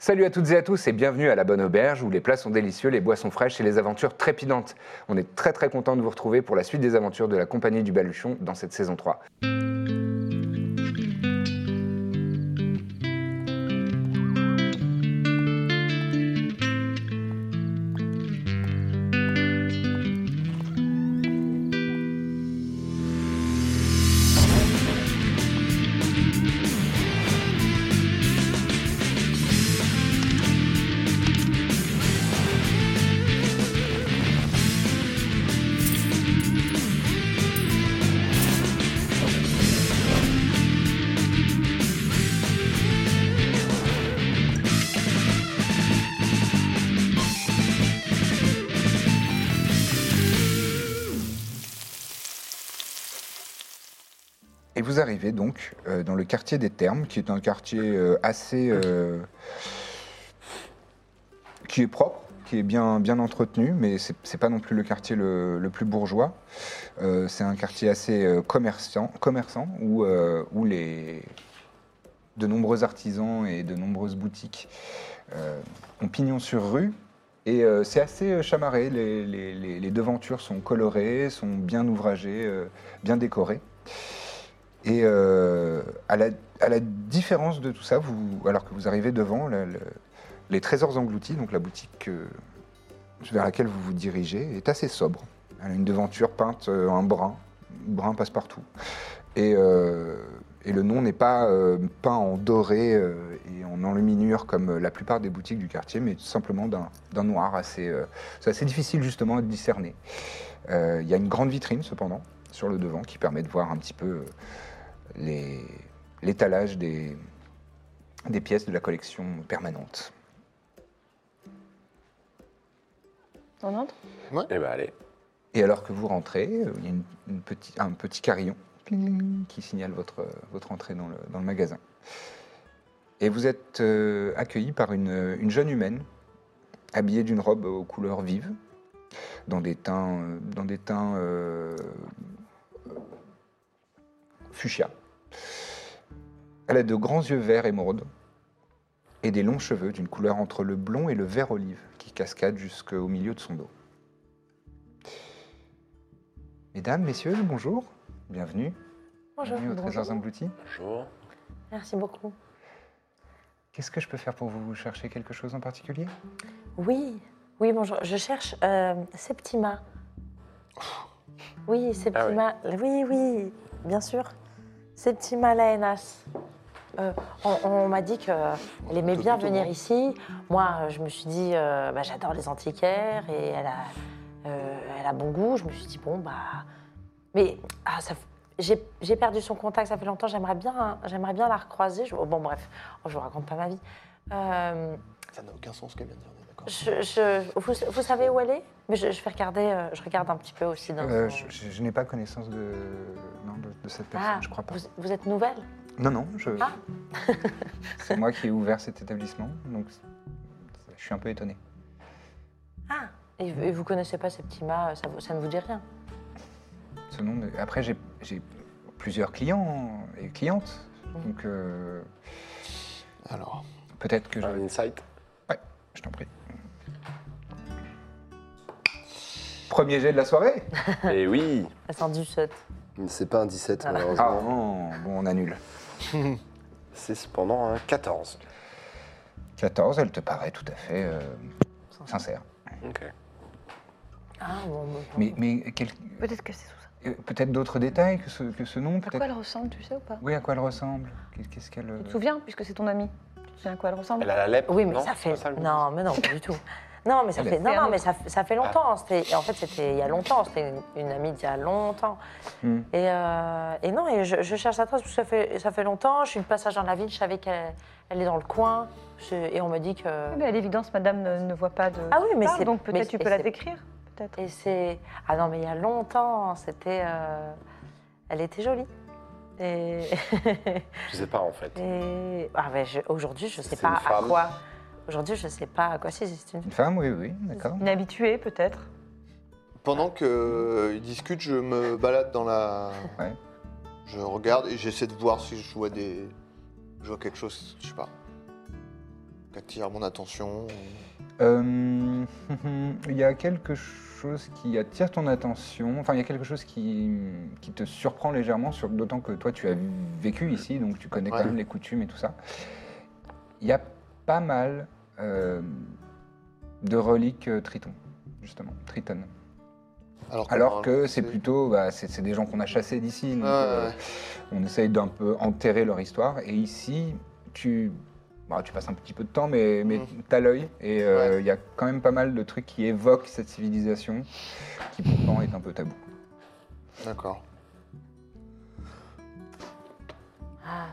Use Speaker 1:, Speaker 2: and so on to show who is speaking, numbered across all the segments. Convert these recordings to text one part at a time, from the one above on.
Speaker 1: Salut à toutes et à tous et bienvenue à la Bonne Auberge où les plats sont délicieux, les boissons fraîches et les aventures trépidantes. On est très très content de vous retrouver pour la suite des aventures de la compagnie du Baluchon dans cette saison 3. Et vous arrivez donc euh, dans le quartier des Thermes, qui est un quartier euh, assez. euh, qui est propre, qui est bien, bien entretenu, mais c'est c'est pas non plus le quartier le, le plus bourgeois. Euh, c'est un quartier assez euh, commerçant, commerçant où, euh, où les, de nombreux artisans et de nombreuses boutiques euh, ont pignon sur rue. Et euh, c'est assez euh, chamarré, les, les- les- les devantures sont colorées, sont bien ouvragées, euh, bien décorées. Et euh, à, la, à la différence de tout ça, vous, alors que vous arrivez devant le- le- les trésors engloutis, donc la boutique euh, vers laquelle vous vous dirigez, est assez sobre. Elle a une devanture peinte euh, en brun, brun passe-partout. Et, euh, et le nom n'est pas euh, peint en doré euh, et en enluminure comme euh, la plupart des boutiques du quartier, mais tout simplement d'un d'un noir assez. euh, C'est assez difficile justement à discerner. Euh, Il y a une grande vitrine cependant sur le devant qui permet de voir un petit peu euh, les- l'étalage des, des pièces de la collection permanente.
Speaker 2: On entre
Speaker 3: Eh ben allez.
Speaker 1: Et alors que vous rentrez, euh, il y a une- une petit- un petit carillon pling, qui signale votre, votre entrée dans le, dans le magasin. Et vous êtes euh, accueilli par une, une jeune humaine, habillée d'une robe aux couleurs vives, dans des teints, euh, dans des teints euh, euh, fuchsia. Elle a de grands yeux verts émeraude et des longs cheveux d'une couleur entre le blond et le vert olive qui cascadent jusqu'au milieu de son dos. Mesdames, messieurs, bonjour, bienvenue.
Speaker 2: Bonjour.
Speaker 1: Bienvenue aux Trésors Engloutis.
Speaker 3: Bonjour.
Speaker 2: Merci beaucoup.
Speaker 1: Qu'est-ce que je peux faire pour vous Vous cherchez quelque chose en particulier
Speaker 2: Oui, oui, bonjour. Je cherche euh, Septima. Oui, Septima. oui. oui, bien sûr. Septima Laenas. Euh, on on m'a dit qu'elle aimait bien venir ici. Moi, euh, je me suis dit, euh, bah, j'adore les antiquaires et elle a, euh, elle a bon goût. Je me suis dit, bon, bah. Mais ah, ça f- j'ai j'ai perdu son contact, ça fait longtemps. J'aimerais bien, j'aimerais bien la recroiser. Je- bon, bref, Oh, je vous raconte pas ma vie. Euh,
Speaker 4: Ça n'a aucun sens ce qu'elle vient de dire, on est d'accord
Speaker 2: je, je- vous, vous savez où elle est Mais je, je vais regarder, euh, je regarde un petit peu aussi dans
Speaker 1: Euh,
Speaker 2: son-
Speaker 1: Je, je- je n'ai pas connaissance de, non, de, de cette personne,
Speaker 2: Ah,
Speaker 1: je crois pas.
Speaker 2: Vous, vous êtes nouvelle
Speaker 1: Non, non, je...
Speaker 2: Ah.
Speaker 1: c'est moi qui ai ouvert cet établissement, donc je suis un peu étonné.
Speaker 2: Ah et, vous- et vous connaissez pas Septima, euh, ça, vous- ça ne vous dit rien
Speaker 1: Ce nom de- Après, j'ai j'ai plusieurs clients et clientes,
Speaker 2: Mm.
Speaker 1: donc euh,
Speaker 4: Alors,
Speaker 1: peut-être que je...
Speaker 3: Un insight.
Speaker 1: Ouais, je t'en prie. Premier jet de la soirée Eh
Speaker 3: Et oui.
Speaker 2: Ah, C'est un du set.
Speaker 3: C'est pas un 17
Speaker 1: Ah
Speaker 3: malheureusement.
Speaker 1: non, bon, on annule. Ah.
Speaker 3: C'est cependant un 14.
Speaker 1: 14, elle te paraît tout à fait euh, sincère.
Speaker 3: Ok.
Speaker 2: Ah, bon, bon, bon.
Speaker 1: Mais, mais quel-
Speaker 5: Peut-être que c'est sous ça.
Speaker 1: euh, peut-être d'autres détails que ce, que ce nom
Speaker 5: À quoi
Speaker 1: peut-être...
Speaker 5: elle ressemble, tu sais ou pas
Speaker 1: Oui, à quoi elle ressemble Qu'est- Qu'est-ce qu'elle... euh,
Speaker 5: Tu te souviens, puisque c'est ton amie Tu te souviens à quoi elle ressemble
Speaker 3: Elle a la lèpre.
Speaker 2: Oui, mais
Speaker 3: non
Speaker 2: ça fait.
Speaker 3: C'est pas ça, le
Speaker 2: non, mais non, pas du tout. Non, mais ça
Speaker 1: Allez.
Speaker 2: fait, non,
Speaker 5: C'est un
Speaker 2: non,
Speaker 5: autre.
Speaker 2: mais ça, ça fait
Speaker 3: Ah.
Speaker 2: longtemps. C'était- En fait, c'était il y a longtemps. C'était une, une amie d'il y a longtemps.
Speaker 1: Hmm.
Speaker 2: Et, euh, et non, et je, je cherche sa trace parce que ça fait, ça fait longtemps. Je suis de passage dans la ville. Je savais qu'elle elle est dans le coin. Je- et on me dit que.
Speaker 5: Mais Ah à l'évidence, madame ne, ne voit pas de.
Speaker 2: Ah oui, mais
Speaker 5: ben, Parle,
Speaker 2: c'est-
Speaker 5: Donc
Speaker 2: mais
Speaker 5: peut-être tu
Speaker 2: c'est-
Speaker 5: peux la
Speaker 2: c'est-
Speaker 5: décrire, peut-être.
Speaker 2: Et c'est. Ah non, mais il y a longtemps. C'était. euh, Elle était jolie. Et.
Speaker 3: Je sais pas en fait.
Speaker 2: et- Ah, mais je- aujourd'hui, je sais
Speaker 3: C'est une
Speaker 2: pas à
Speaker 3: femme.
Speaker 2: quoi. Aujourd'hui, je sais pas à quoi. Si, c'est une.
Speaker 1: Une femme, oui, oui, d'accord.
Speaker 5: Une habituée, peut-être.
Speaker 4: Pendant qu'ils discutent, je me balade dans la.
Speaker 1: Ouais.
Speaker 4: Je regarde et j'essaie de voir si je vois des. Je vois quelque chose, je sais pas. Qui attire mon attention.
Speaker 1: Euh, il y a quelque chose qui attire ton attention, enfin il y a quelque chose qui, qui te surprend légèrement, sur- d'autant que toi tu as vécu ici, donc tu connais
Speaker 4: Ouais.
Speaker 1: quand même les coutumes et tout ça. Il y a pas mal euh, de reliques euh, Triton, justement, Triton.
Speaker 4: Alors,
Speaker 1: Alors que c'est plutôt, bah, c'est c'est des gens qu'on a chassés d'ici, donc,
Speaker 4: Ouais,
Speaker 1: euh,
Speaker 4: ouais.
Speaker 1: on essaye d'un peu enterrer leur histoire. Et ici, tu, bah, tu passes un petit peu de temps, mais, mais
Speaker 4: Mhm.
Speaker 1: t'as l'œil. Et euh, il
Speaker 4: Ouais.
Speaker 1: y a quand même pas mal de trucs qui évoquent cette civilisation, qui pourtant est un peu tabou.
Speaker 4: D'accord.
Speaker 2: Ah,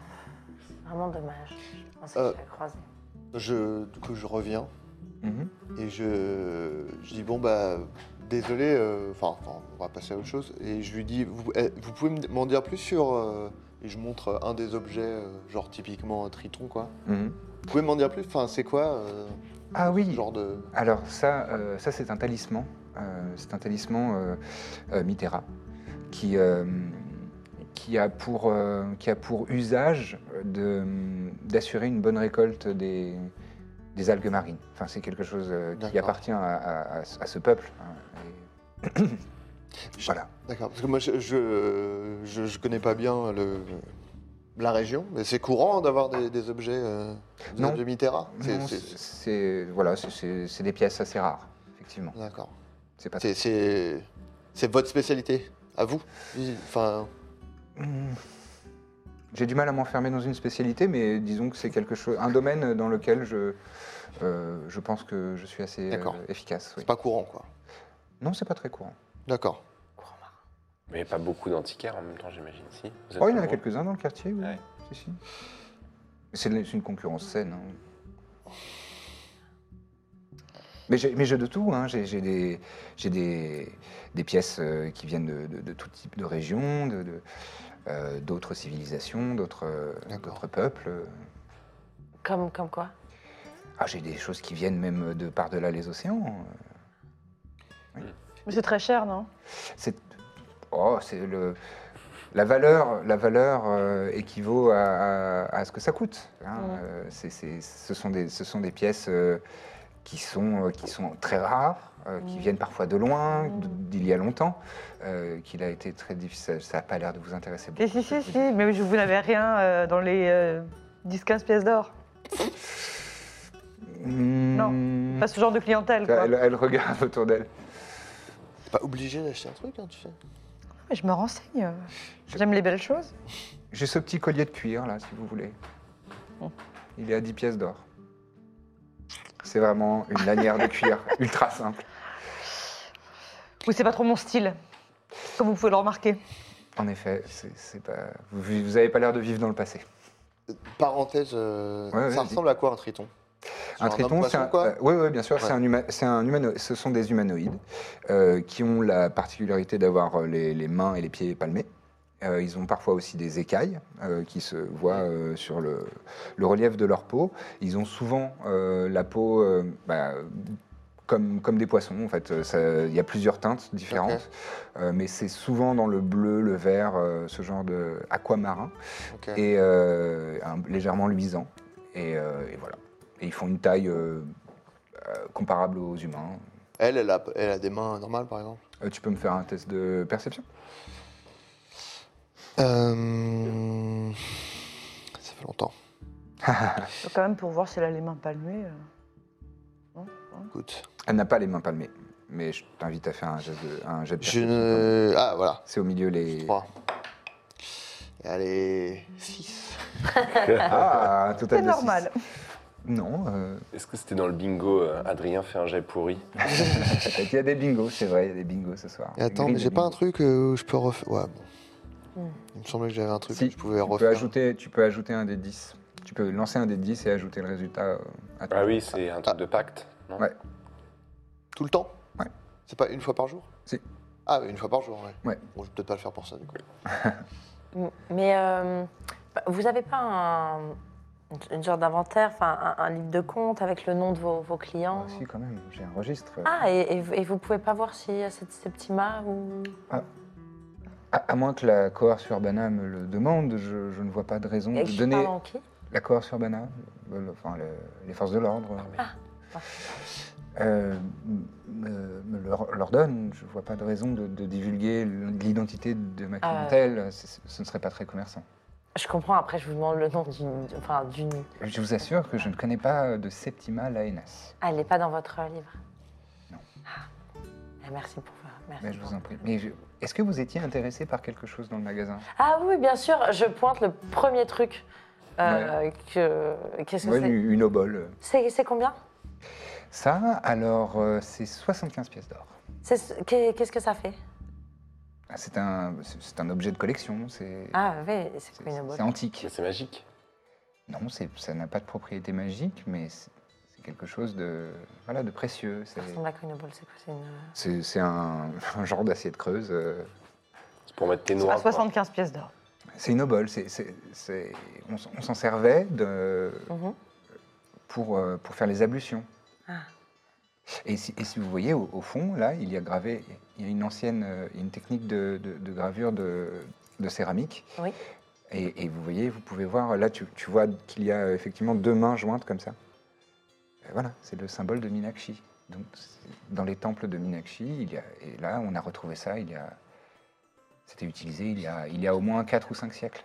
Speaker 2: vraiment dommage. Je pensais
Speaker 4: Euh.
Speaker 2: que je la croisais.
Speaker 4: Je, du coup, je reviens
Speaker 1: Mhm.
Speaker 4: et je, je dis bon bah désolé, euh, enfin enfin, on va passer à autre chose. Et je lui dis vous, eh, vous pouvez m'en dire plus sur euh, et je montre euh, un des objets euh, genre typiquement un triton quoi.
Speaker 1: Mhm.
Speaker 4: Vous pouvez m'en dire plus Enfin c'est quoi euh,
Speaker 1: Ah oui,
Speaker 4: ce genre de
Speaker 1: Alors ça, euh, ça c'est un talisman. Euh, c'est un talisman euh, euh, Mitera qui, euh, qui, a pour, euh, qui a pour usage de, d'assurer une bonne récolte des, des algues marines. Enfin, c'est quelque chose euh, qui
Speaker 4: D'accord.
Speaker 1: appartient à, à- à ce- à ce peuple. hein. Et- voilà.
Speaker 4: D'accord, parce que moi je, je, je- je connais pas bien le, la région, mais c'est courant d'avoir des, des objets euh, des
Speaker 1: Non.
Speaker 4: objets Mitterra. C'est-
Speaker 1: Non,
Speaker 4: c'est-
Speaker 1: c'est- c'est- voilà, c'est- c'est c'est des pièces assez rares, effectivement.
Speaker 4: D'accord.
Speaker 1: C'est pas
Speaker 4: C'est- C'est c'est votre spécialité, à vous. Enfin,
Speaker 1: Hmm. J'ai du mal à m'enfermer dans une spécialité, mais disons que c'est quelque chose, un domaine dans lequel je, euh, je pense que je suis assez euh,
Speaker 4: D'accord.
Speaker 1: efficace. oui.
Speaker 4: c'est pas courant quoi.
Speaker 1: Non, c'est pas très courant.
Speaker 4: D'accord.
Speaker 3: Mais pas beaucoup d'antiquaires en même temps, j'imagine. Si. Vous
Speaker 1: Oh, il y
Speaker 3: êtes
Speaker 1: en a
Speaker 3: nombreux.
Speaker 1: quelques-uns dans le quartier, oui.
Speaker 3: Ah ouais.
Speaker 1: Si, si. C'est de- c'est une concurrence saine. hein. Mais j'ai mais j'ai de tout, hein. j'ai j'ai des, j'ai des, des pièces euh, qui viennent de, de- de tout type de régions, de- de, euh, d'autres civilisations, d'autres euh,
Speaker 4: D'accord.
Speaker 1: d'autres peuples.
Speaker 2: Comme, comme quoi
Speaker 1: Ah, j'ai des choses qui viennent même de par-delà les océans.
Speaker 5: Mais c'est très cher, non
Speaker 1: C'est. Oh, c'est le. La valeur, la valeur euh, équivaut à, à- à ce que ça coûte. hein.
Speaker 5: Ouais.
Speaker 1: Euh, c'est- c'est- ce, sont des, ce sont des pièces euh, qui, sont, euh, qui sont très rares, euh, qui
Speaker 5: Mm.
Speaker 1: viennent parfois de loin,
Speaker 5: Mm.
Speaker 1: d- d'il y a longtemps, euh, qu'il a été très difficile. Ça n'a pas l'air de vous intéresser beaucoup.
Speaker 5: Si, si,
Speaker 1: je peux
Speaker 5: si,
Speaker 1: vous
Speaker 5: si,
Speaker 1: dire.
Speaker 5: mais je- vous n'avez rien euh, dans les euh, 10-15 pièces d'or. Non,
Speaker 1: Mm.
Speaker 5: Pas ce genre de clientèle, quoi.
Speaker 1: Elle, elle regarde autour d'elle.
Speaker 4: T'es pas obligé d'acheter un truc, hein, tu sais.
Speaker 5: Mais Je me renseigne. euh, J'aime les belles choses.
Speaker 1: J'ai ce petit collier de cuir, là, si vous voulez. Il est à 10 pièces d'or. C'est vraiment une lanière de cuir ultra simple,
Speaker 5: Ou c'est pas trop mon style, comme vous pouvez le remarquer.
Speaker 1: en effet. c'est- c'est pas... Vous n'avez pas l'air de vivre dans le passé.
Speaker 4: Euh, Parenthèse, euh,
Speaker 1: Ouais, ouais,
Speaker 4: ça
Speaker 1: vas-y.
Speaker 4: ressemble à quoi un triton Genre
Speaker 1: Un
Speaker 4: homme
Speaker 1: triton, c'est
Speaker 4: poisson,
Speaker 1: un...
Speaker 4: quoi
Speaker 1: euh, oui, oui, bien sûr,
Speaker 4: Ouais.
Speaker 1: c'est un huma- c'est un humano- ce sont des humanoïdes euh, qui ont la particularité d'avoir euh, les, les mains et les pieds palmés. Euh, ils ont parfois aussi des écailles euh, qui se voient euh, sur le, le relief de leur peau. Ils ont souvent euh, la peau euh, bah, comme, comme des poissons, en fait. Euh, ça- Il y a plusieurs teintes différentes, Euh, mais c'est souvent dans le bleu, le vert, euh, ce genre de aquamarin
Speaker 4: Ok.
Speaker 1: et euh, un- légèrement luisant. Et, euh, et voilà. Et ils font une taille euh, euh, comparable aux humains.
Speaker 4: Elle, elle a, elle a des mains normales, par exemple.
Speaker 1: Euh, tu peux me faire un test de perception
Speaker 4: Euh, Ça fait longtemps.
Speaker 5: Donc, Quand même, pour voir si elle a les mains palmées. euh.
Speaker 4: Écoute,
Speaker 1: Elle n'a pas les mains palmées, mais je t'invite à faire un, geste de- un jet de
Speaker 4: je
Speaker 1: perception.
Speaker 4: ne... Ah, voilà.
Speaker 1: C'est au milieu les.
Speaker 4: 3. Allez, 6.
Speaker 1: Ah, un total
Speaker 5: C'est
Speaker 1: de six.
Speaker 5: normal.
Speaker 1: Non, euh,
Speaker 3: Est-ce que c'était dans le bingo euh, Adrien fait un jet pourri
Speaker 1: il y a des bingos, c'est vrai, il y a des bingos ce soir.
Speaker 4: Et attends,
Speaker 1: Une grille
Speaker 4: mais
Speaker 1: de
Speaker 4: j'ai pas
Speaker 1: bingos.
Speaker 4: un truc euh, où je peux refaire. Ouais, bon.
Speaker 2: Hmm.
Speaker 4: Il me semblait que j'avais un truc
Speaker 1: Si,
Speaker 4: que je pouvais
Speaker 1: Tu peux,
Speaker 4: refaire.
Speaker 1: ajouter, tu peux ajouter un des 10. Tu peux lancer un des 10 et ajouter le résultat euh, à ton
Speaker 3: Ah oui,
Speaker 1: résultat.
Speaker 3: c'est un truc de pacte, non
Speaker 1: Ouais.
Speaker 4: Tout le temps
Speaker 1: Ouais.
Speaker 4: C'est pas une fois par jour
Speaker 1: Si.
Speaker 4: Ah, une fois par jour, ouais.
Speaker 1: Ouais.
Speaker 4: Bon, je vais peut-être pas le faire pour ça, du coup.
Speaker 2: M- Mais euh, bah, vous avez pas un, une sorte d'inventaire, enfin un, un livre de compte avec le nom de vos, vos clients
Speaker 1: Ah, si, quand même, j'ai un registre.
Speaker 2: Ah, et, et vous- et vous pouvez pas voir si euh, c'est Septima ou...
Speaker 1: À, à moins que la cohorte urbana me le demande, je, je ne vois pas de raison
Speaker 2: Et
Speaker 1: de
Speaker 2: qui
Speaker 1: donner
Speaker 2: parle en qui
Speaker 1: la cohorte urbana, euh, le- enfin le- les forces de l'ordre. euh, me, me leur, leur donne. Je vois pas de raison de, de divulguer l'identité de ma clientèle. C'est- Ce ne serait pas très commerçant.
Speaker 2: Je comprends, après je vous demande le nom d'une... Enfin, d'une...
Speaker 1: Je vous assure que je ne connais pas de Septima Laenas.
Speaker 2: Ah, elle n'est pas dans votre euh, livre
Speaker 1: Non.
Speaker 2: Ah. Eh, Merci pour... Merci
Speaker 1: Mais je vous
Speaker 2: pour-
Speaker 1: en prie. Mais je- est-ce que vous étiez intéressé par quelque chose dans le magasin
Speaker 2: Ah oui, bien sûr, je pointe le premier truc euh, que... Qu'est-ce que
Speaker 1: Oui,
Speaker 2: c'est
Speaker 1: une obole.
Speaker 2: c'est C'est combien
Speaker 1: Ça, alors, euh, c'est 75 pièces d'or.
Speaker 2: C'est ce- qu'est- Qu'est-ce que ça fait
Speaker 1: Ah, C'est un, c'est c'est un objet de collection. C'est
Speaker 2: Ah oui, c'est
Speaker 1: c'est-
Speaker 2: quoi une obole
Speaker 1: c'est antique.
Speaker 3: Mais c'est magique.
Speaker 1: Non, c'est- ça n'a pas de propriété magique, mais c'est c'est quelque chose de, voilà, de précieux. C'est-
Speaker 2: Ça ressemble à quoi une obole C'est quoi C'est une... euh,
Speaker 1: C'est c'est un, un genre d'assiette creuse. euh,
Speaker 3: C'est pour mettre tes
Speaker 5: À
Speaker 3: noirs. quoi.
Speaker 5: 75 pièces d'or.
Speaker 1: C'est une obole. c'est- c'est- c'est- on s'en- on s'en servait de,
Speaker 2: Mhm.
Speaker 1: pour, euh, pour faire les ablutions.
Speaker 2: Ah.
Speaker 1: Et, si, et si vous voyez, au, au fond, là, il y a gravé, il y a une ancienne, euh, une technique de, de- de gravure de, de céramique.
Speaker 2: Oui.
Speaker 1: Et, et vous voyez, vous pouvez voir, là, tu, tu vois qu'il y a euh, effectivement deux mains jointes comme ça. Et voilà, c'est le symbole de Minakshi. Donc, c'est- dans les temples de Minakshi, il y a, et là, on a retrouvé ça, il y a... C'était utilisé il y, a, il y a au moins 4 ou 5 siècles.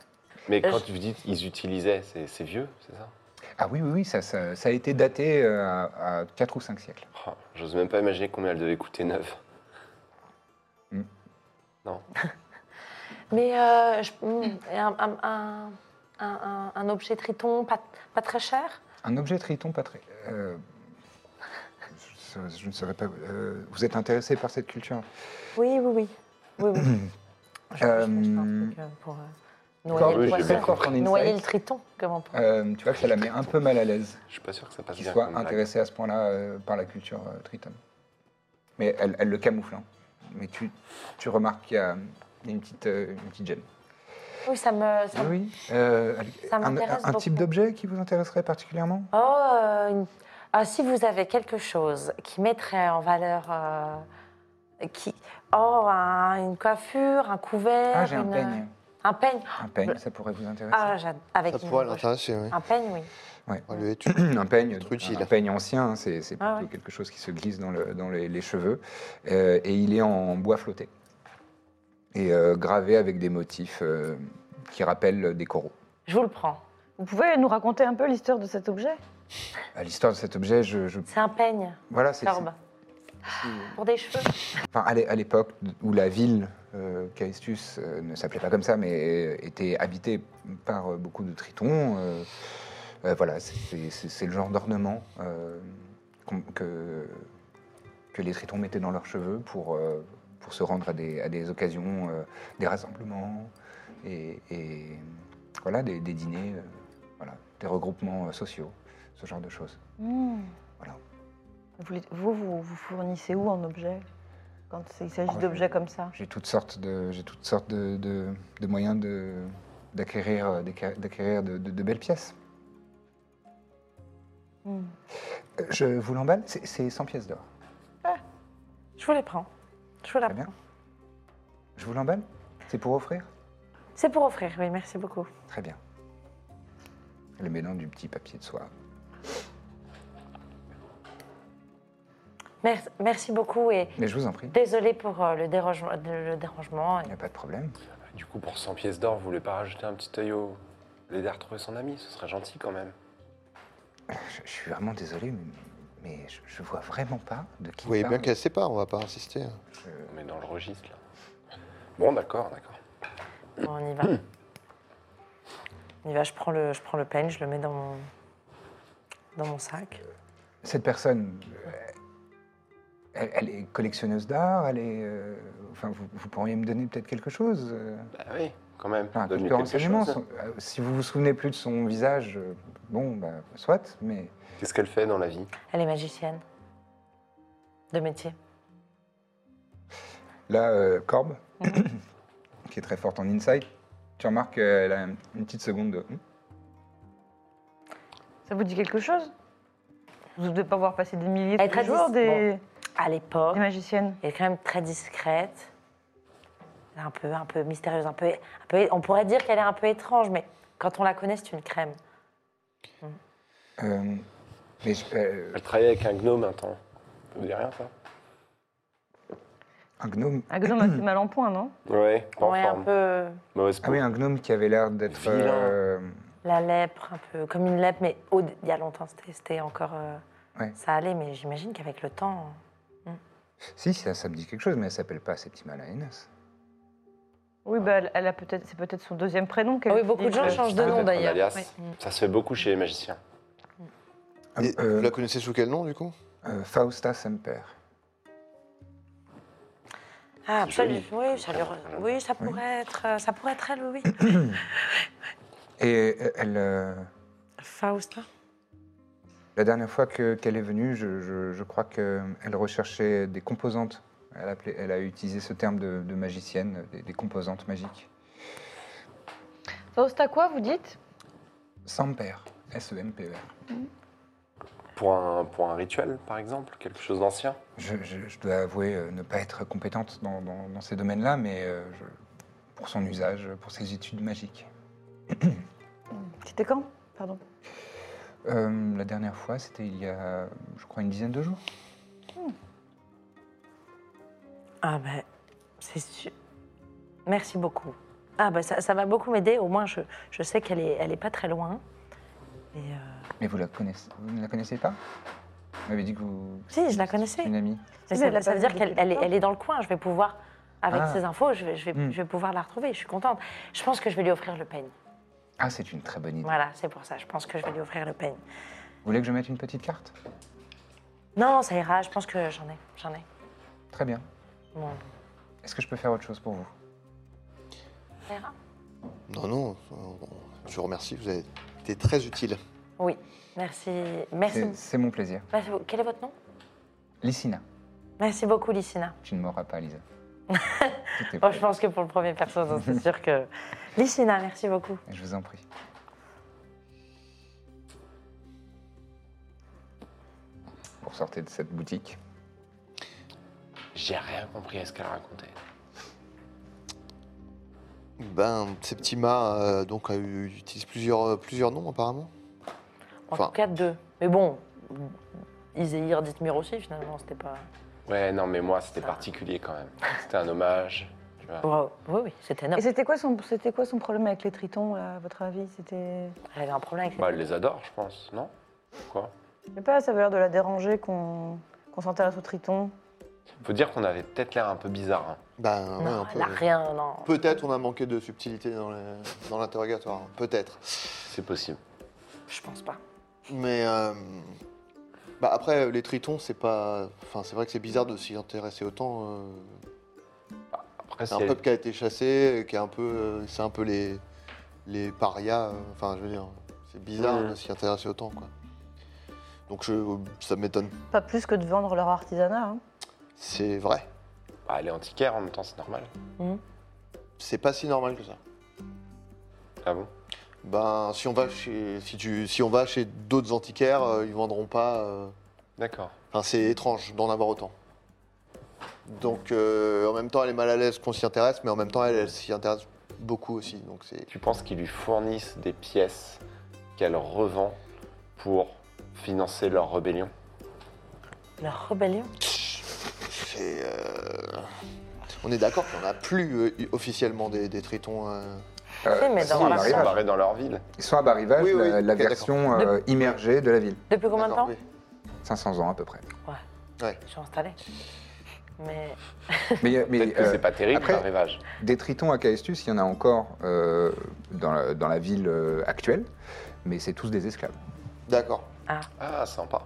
Speaker 3: Mais
Speaker 2: Euh,
Speaker 3: quand
Speaker 2: je-
Speaker 3: tu dis ils utilisaient, c'est c'est vieux, c'est ça
Speaker 1: Ah oui, oui, oui, ça, ça, ça a été daté euh, à, à 4 ou 5 siècles.
Speaker 3: Oh, J'ose même pas imaginer combien elle devait coûter neuve.
Speaker 2: Mais euh, je- hmm, et un, un- un- un- un- un objet triton, pas, pas très cher
Speaker 1: Un objet triton pas très... euh, je, je- je ne saurais pas... euh, vous êtes intéressé par cette culture
Speaker 2: Oui, oui, oui. oui, oui. je, je
Speaker 1: Euh,
Speaker 2: cherche un truc euh, pour euh,
Speaker 1: Corps-
Speaker 2: noyer, le
Speaker 3: oui, j'ai
Speaker 2: poisson.
Speaker 3: bien compris.
Speaker 2: noyer le triton. Comment pour...
Speaker 1: Euh, Tu vois que ça la met un peu mal à l'aise
Speaker 3: Je suis pas sûr que ça passe
Speaker 1: qu'il
Speaker 3: bien.
Speaker 1: soit
Speaker 3: comme blague.
Speaker 1: intéressé à ce point-là euh, par la culture euh, triton. Mais elle, elle le camoufle. hein. Mais tu, tu remarques qu'il y a il y a une petite, euh, une petite gemme.
Speaker 2: Ah Oui, ça me. ça me-
Speaker 1: Oui, euh,
Speaker 2: Ça
Speaker 1: un,
Speaker 2: m'intéresse
Speaker 1: un type
Speaker 2: beaucoup.
Speaker 1: d'objet qui vous intéresserait particulièrement
Speaker 2: Oh, euh, une- ah, si vous avez quelque chose qui mettrait en valeur. euh, qui... Oh, un- une coiffure, un couvert.
Speaker 1: Ah, j'ai un
Speaker 2: une- euh,
Speaker 1: peigne.
Speaker 2: Un peigne
Speaker 1: Un peigne, ça pourrait vous intéresser.
Speaker 2: Ah, j'ad- avec
Speaker 4: Ça
Speaker 2: une Ah.
Speaker 4: pourrait
Speaker 2: broche.
Speaker 4: l'intéresser, oui.
Speaker 2: Un peigne, oui.
Speaker 4: On lui est tu-
Speaker 1: un peigne,
Speaker 4: Être utile.
Speaker 1: un peigne ancien, hein, c'est c'est plutôt
Speaker 2: Ah ouais.
Speaker 1: quelque chose qui se glisse dans, le- dans les, les cheveux. Euh, et il est en bois flotté. Et euh, gravé avec des motifs euh, qui rappellent des coraux.
Speaker 2: Je vous le prends.
Speaker 5: Vous pouvez nous raconter un peu l'histoire de cet objet
Speaker 1: À l'histoire de cet objet, je. je-
Speaker 2: C'est un peigne,
Speaker 1: voilà, c'est.
Speaker 2: Corbe. Pour des cheveux.
Speaker 1: Enfin, à l'é- à l'époque où la ville, euh, Caestus, euh, ne s'appelait pas comme ça, mais euh, était habitée par euh, beaucoup de tritons, euh, euh, voilà, c'est- c'est c'est- c'est le genre d'ornement euh, qu'on- que, que les tritons mettaient dans leurs cheveux pour, euh, pour se rendre à des, à des occasions, euh, des rassemblements, et, et, voilà, des, des dîners, euh, voilà, des regroupements euh, sociaux, ce genre de choses. Voilà.
Speaker 5: vous, les- vous, vous vous fournissez où en objet quand il s'agit
Speaker 1: Ah, je-
Speaker 5: d'objets comme ça
Speaker 1: J'ai toutes sortes de, j'ai toutes sortes de, de- de moyens de, d'acquérir, d'acquérir- d'acquérir de, de- de belles pièces.
Speaker 5: Hmm.
Speaker 1: Euh, Je vous l'emballe, c'est, c'est 100 pièces d'or.
Speaker 2: Je vous les prends. Je vous la
Speaker 1: Très bien.
Speaker 2: prends.
Speaker 1: Je vous l'emballe C'est pour offrir
Speaker 2: C'est pour offrir, oui, merci beaucoup.
Speaker 1: Très bien. Elle met dans du petit papier de soie.
Speaker 2: Merci, merci beaucoup et
Speaker 1: Mais je vous en prie,
Speaker 2: désolé pour euh, le, dérange- le- le dérangement.
Speaker 1: il
Speaker 2: et-
Speaker 1: n'y a pas de problème.
Speaker 3: Du coup, pour 100 pièces d'or, vous voulez pas rajouter un petit œil au. L'aider à retrouver son ami Ce serait gentil quand même.
Speaker 1: Je, je suis vraiment désolé, mais, mais je, je vois vraiment pas de qui
Speaker 4: Vous voyez bien
Speaker 1: parle.
Speaker 4: qu'elle sait pas, on va pas insister.
Speaker 3: On est dans le registre là. Bon, d'accord, d'accord.
Speaker 2: Bon, on y va.
Speaker 3: Hmm.
Speaker 2: on y va, je prends le, je prends le peigne, je le mets dans mon, dans mon sac.
Speaker 1: Cette personne, euh, elle, elle est collectionneuse d'art, elle est. euh, enfin, vous, vous pourriez me donner peut-être quelque chose euh,
Speaker 3: Bah oui, quand même.
Speaker 1: enfin,
Speaker 3: Donne-lui
Speaker 1: quelques
Speaker 3: quelque
Speaker 1: renseignements.
Speaker 3: chose. hein.
Speaker 1: son- euh, si vous vous souvenez plus de son visage, euh, bon, bah, soit, mais.
Speaker 3: Qu'est-ce qu'elle fait dans la vie
Speaker 2: Elle est magicienne. De métier.
Speaker 1: Là, euh, Corbe, qui est très forte en insight, tu remarques qu'elle a une une petite seconde de. Hum
Speaker 5: Ça vous dit quelque chose Vous devez pas voir passer des milliers
Speaker 2: Elle est
Speaker 5: de
Speaker 2: très
Speaker 5: jours
Speaker 2: dis-
Speaker 5: des...
Speaker 2: À l'époque,
Speaker 5: des magiciennes.
Speaker 2: elle est quand même très discrète. Elle est un peu, un peu mystérieuse, un peu, un peu- On pourrait dire qu'elle est un peu étrange, mais quand on la connaît, c'est une crème.
Speaker 1: Euh, mais je- euh,
Speaker 3: Elle travaillait avec un gnome un temps. Ça vous dit rien, ça
Speaker 1: un gnome.
Speaker 5: Un gnome assez mal en point, non
Speaker 3: Ouais, pas
Speaker 2: ouais,
Speaker 3: en
Speaker 2: un
Speaker 3: forme.
Speaker 2: peu
Speaker 3: Mauvaise
Speaker 1: Ah
Speaker 3: peau.
Speaker 1: oui, un gnome qui avait l'air d'être.
Speaker 3: Vilain.
Speaker 1: euh,
Speaker 2: la lèpre, un peu comme une lèpre, mais au- il y a longtemps, c'était- c'était encore. euh,
Speaker 1: Ouais.
Speaker 2: Ça allait, mais j'imagine qu'avec le temps.
Speaker 1: Si, ça, ça me dit quelque chose, mais elle s'appelle pas Septimala Enas.
Speaker 5: Oui, bah, elle- elle a peut-être, c'est peut-être son deuxième prénom. qu'elle
Speaker 2: Ah oui, beaucoup de gens
Speaker 5: utilise.
Speaker 3: Elle-
Speaker 2: changent de
Speaker 3: peut-être
Speaker 2: nom
Speaker 3: un
Speaker 2: d'ailleurs.
Speaker 3: alias.
Speaker 2: Oui. Mm.
Speaker 3: Ça se fait beaucoup chez les magiciens.
Speaker 1: Euh,
Speaker 4: Et
Speaker 1: euh,
Speaker 4: Vous la connaissez sous quel nom, du coup
Speaker 1: euh, Fausta Semper.
Speaker 2: Ah,
Speaker 3: C'est
Speaker 2: absolument.
Speaker 3: joli.
Speaker 2: Oui, ça, lui re- oui, ça
Speaker 1: Ah, Oui.
Speaker 2: pourrait être, euh, ça pourrait être elle, oui.
Speaker 1: Et euh, elle, euh,
Speaker 2: Fausta.
Speaker 1: la dernière fois que- qu'elle est venue, je, je- je crois qu'elle recherchait des composantes. Elle, appelait- elle a utilisé ce terme de, de magicienne, euh, des, des composantes magiques.
Speaker 5: Fausta quoi, vous dites
Speaker 1: Semper, E S-E-M-P-E-R.
Speaker 3: Pour un, pour un rituel, par exemple, quelque chose d'ancien.
Speaker 1: Je, je- je dois avouer euh, ne pas être compétente dans, dans- dans ces domaines-là, mais euh, je- pour son usage, pour ses études magiques.
Speaker 5: C'était quand Pardon.
Speaker 1: Euh, la dernière fois, c'était il y a, je crois, une dizaine de jours.
Speaker 2: Ah ben, c'est sûr. Merci beaucoup. Ah ben, ça, ça va beaucoup m'aider. Au moins, je, je sais qu'elle est, elle est pas très loin. Et, euh,
Speaker 1: Mais vous, la connaissez, vous ne la connaissez pas Vous m'avez dit que vous...
Speaker 2: Si, je la connaissais.
Speaker 1: Une amie.
Speaker 5: mais
Speaker 2: mais ça,
Speaker 5: elle l'a
Speaker 2: ça
Speaker 5: pas
Speaker 2: veut
Speaker 5: vue
Speaker 2: dire qu'elle
Speaker 5: depuis
Speaker 2: elle est,
Speaker 5: longtemps.
Speaker 2: elle est dans le coin. Je vais pouvoir, avec
Speaker 1: Ah.
Speaker 2: ces infos, je vais, je, vais,
Speaker 1: Hmm.
Speaker 2: je vais pouvoir la retrouver. Je suis contente. Je pense que je vais lui offrir le peigne.
Speaker 1: Ah, c'est une très bonne idée.
Speaker 2: Voilà, c'est pour ça. Je pense que je vais lui offrir le peigne.
Speaker 1: Vous voulez que je mette une petite carte
Speaker 2: Non, ça ira. Je pense que j'en ai. J'en ai.
Speaker 1: Très bien.
Speaker 2: Bon,
Speaker 1: Est-ce que je peux faire autre chose pour vous
Speaker 2: ça ira.
Speaker 4: Non, non, Euh, je vous remercie, vous avez été très utile.
Speaker 2: Oui, merci. Merci.
Speaker 1: C'est c'est mon plaisir.
Speaker 2: merci beaucoup. Quel est votre nom
Speaker 1: Lissina,
Speaker 2: Merci beaucoup, Lissina.
Speaker 1: tu ne mourras pas, Lisa. Tout est
Speaker 2: Bon, je
Speaker 1: prêt.
Speaker 2: pense que pour le premier perso, ça, c'est sûr que. Lissina, merci beaucoup.
Speaker 1: Je vous en prie. Vous sortez de cette boutique.
Speaker 3: J'ai rien compris à ce qu'elle racontait.
Speaker 4: Ben, Septima euh, donc, a eu- utilise plusieurs, euh, plusieurs noms apparemment.
Speaker 2: En
Speaker 4: Enfin.
Speaker 2: tout cas, deux. Mais bon, Iséir, Dithmir aussi, finalement, c'était pas.
Speaker 3: Ouais, non, mais moi, c'était
Speaker 2: Ça.
Speaker 3: particulier quand même. C'était un hommage. Tu vois.
Speaker 2: Wow. Oui, oui, c'était énorme.
Speaker 5: Et c'était quoi, son, c'était quoi son problème avec les tritons, là, à votre avis C'était.
Speaker 2: Elle avait un problème avec
Speaker 3: Bah, elle les adore, je pense, non Quoi
Speaker 5: Je sais pas, ça avait l'air de la déranger qu'on, qu'on s'intéresse aux tritons.
Speaker 3: Faut dire qu'on avait peut-être l'air un peu bizarre. hein.
Speaker 4: Ben, ouais,
Speaker 2: Non,
Speaker 4: un peu.
Speaker 2: elle a rien, non.
Speaker 4: Peut-être on a manqué de subtilité dans les- dans l'interrogatoire, hein, peut-être.
Speaker 3: C'est possible.
Speaker 2: Je pense pas.
Speaker 4: Mais euh, bah après, les tritons, c'est pas. Enfin, c'est vrai que c'est bizarre de s'y intéresser autant. euh,
Speaker 3: Après,
Speaker 4: C'est
Speaker 3: si
Speaker 4: un
Speaker 3: elle-
Speaker 4: peuple qui a été chassé, qui est un peu. euh, C'est un peu les, les parias. euh, Enfin, je veux dire, c'est bizarre
Speaker 3: Ouais.
Speaker 4: de s'y intéresser autant, quoi. Donc, je, ça m'étonne.
Speaker 5: Pas plus que de vendre leur artisanat. hein.
Speaker 4: C'est vrai.
Speaker 3: bah, elle est antiquaire en même temps, c'est normal.
Speaker 4: C'est pas si normal que ça.
Speaker 3: Ah bon
Speaker 4: Ben, si on va chez, si tu, si on va chez d'autres antiquaires, euh, ils vendront pas. euh,
Speaker 3: D'accord.
Speaker 4: Enfin, c'est étrange d'en avoir autant. Donc, euh, en même temps, elle est mal à l'aise qu'on s'y intéresse, mais en même temps, elle, elle s'y intéresse beaucoup aussi. Donc, c'est.
Speaker 3: Tu penses qu'ils lui fournissent des pièces qu'elle revend pour financer leur rébellion
Speaker 2: Leur rébellion
Speaker 4: c'est, euh, On est d'accord qu'on n'a plus euh, officiellement des, des tritons. euh,
Speaker 2: Oui, mais
Speaker 1: ils sont
Speaker 2: dans
Speaker 1: à
Speaker 2: la-
Speaker 3: Ils sont
Speaker 1: Barrivage.
Speaker 3: barrés dans leur ville.
Speaker 1: Ils sont à Barrivage,
Speaker 4: Oui, oui,
Speaker 1: la, la
Speaker 4: ok,
Speaker 1: version euh, immergée de la ville.
Speaker 2: Depuis combien de
Speaker 4: d'accord,
Speaker 2: temps
Speaker 4: oui.
Speaker 1: 500 ans à peu près.
Speaker 2: Je suis installée. Mais
Speaker 1: Mais, mais,
Speaker 3: Peut-être que
Speaker 1: euh,
Speaker 3: c'est pas terrible,
Speaker 1: après-
Speaker 3: l'arrivage.
Speaker 1: Des tritons à Caestus, il y en a encore euh, dans, la, dans la ville euh, actuelle, mais c'est tous des esclaves.
Speaker 4: D'accord.
Speaker 3: Ah, sympa.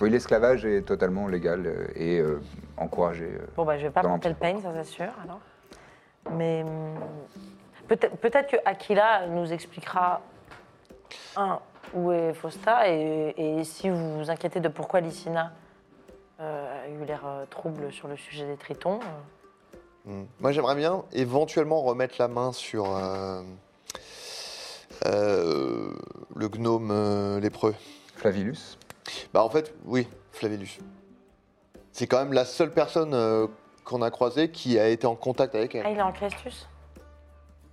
Speaker 1: Oui, l'esclavage est totalement légal euh, et euh, encouragé. euh.
Speaker 2: Bon, bah, je vais pas
Speaker 1: Dans
Speaker 2: porter le
Speaker 1: l'Empire.
Speaker 2: peigne, ça c'est sûr. Alors. Mais hum, peut-être peut que Akila nous expliquera, un, où est Fausta, et, et si vous vous inquiétez de pourquoi Lycina euh, a eu l'air euh, trouble sur le sujet des tritons. euh,
Speaker 4: Hmm. Moi, j'aimerais bien éventuellement remettre la main sur euh, euh, le gnome euh, lépreux.
Speaker 1: Flavilus
Speaker 4: Bah, en fait, oui, Flavellus. C'est quand même la seule personne euh, qu'on a croisée qui a été en contact avec
Speaker 2: Ah,
Speaker 4: elle.
Speaker 2: il est en Crestus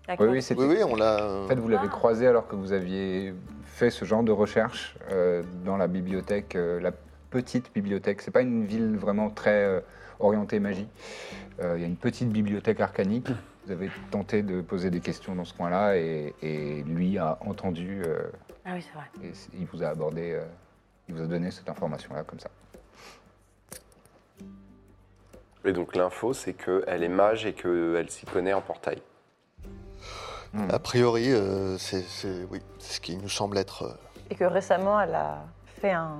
Speaker 1: Oui, oui, c'était-
Speaker 4: Oui, oui, on l'a. euh,
Speaker 1: En fait, vous l'avez croisé alors que vous aviez fait ce genre de recherche euh, dans la bibliothèque, euh, la petite bibliothèque. C'est pas une ville vraiment très euh, orientée magie. Euh, Il y a une petite bibliothèque arcanique. Vous avez tenté de poser des questions dans ce coin-là et, et lui a entendu euh,
Speaker 2: Ah oui, c'est vrai.
Speaker 1: et c- il vous a abordé, euh, il vous a donné cette information-là comme ça.
Speaker 3: Et donc l'info, c'est qu'elle est mage et qu'elle s'y connaît en portail.
Speaker 4: A priori, euh, c'est c'est- oui, c'est ce qui nous semble être. euh,
Speaker 6: Et que récemment, elle a fait un,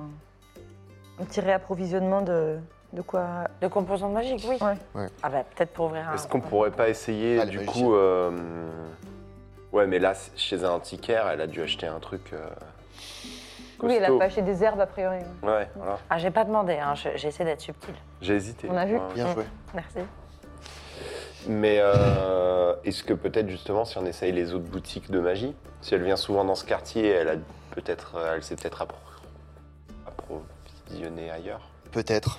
Speaker 6: un petit réapprovisionnement de, de quoi
Speaker 2: De composantes magiques, oui.
Speaker 6: Ouais.
Speaker 4: Ouais.
Speaker 2: Ah bah, peut-être pour ouvrir un...
Speaker 3: Est-ce qu'on pourrait pas essayer,
Speaker 4: Ah, les
Speaker 3: du
Speaker 4: magiciens.
Speaker 3: coup... euh, Ouais, mais là, c'est- chez un antiquaire, elle a dû acheter un truc... euh,
Speaker 6: Oui, elle a
Speaker 3: costaud.
Speaker 6: pas acheté des herbes a priori. ouais.
Speaker 3: Ouais, voilà.
Speaker 2: Ah, j'ai pas demandé, hein, je- j'ai essayé d'être subtil.
Speaker 3: J'ai hésité.
Speaker 6: On a vu.
Speaker 3: Ouais, ouais.
Speaker 4: Bien joué.
Speaker 2: Merci.
Speaker 3: Mais euh, est-ce que peut-être justement si on essaye les autres boutiques de magie, si elle vient souvent dans ce quartier, elle a peut-être, euh, elle s'est peut-être appro- approvisionnée ailleurs.
Speaker 4: Peut-être.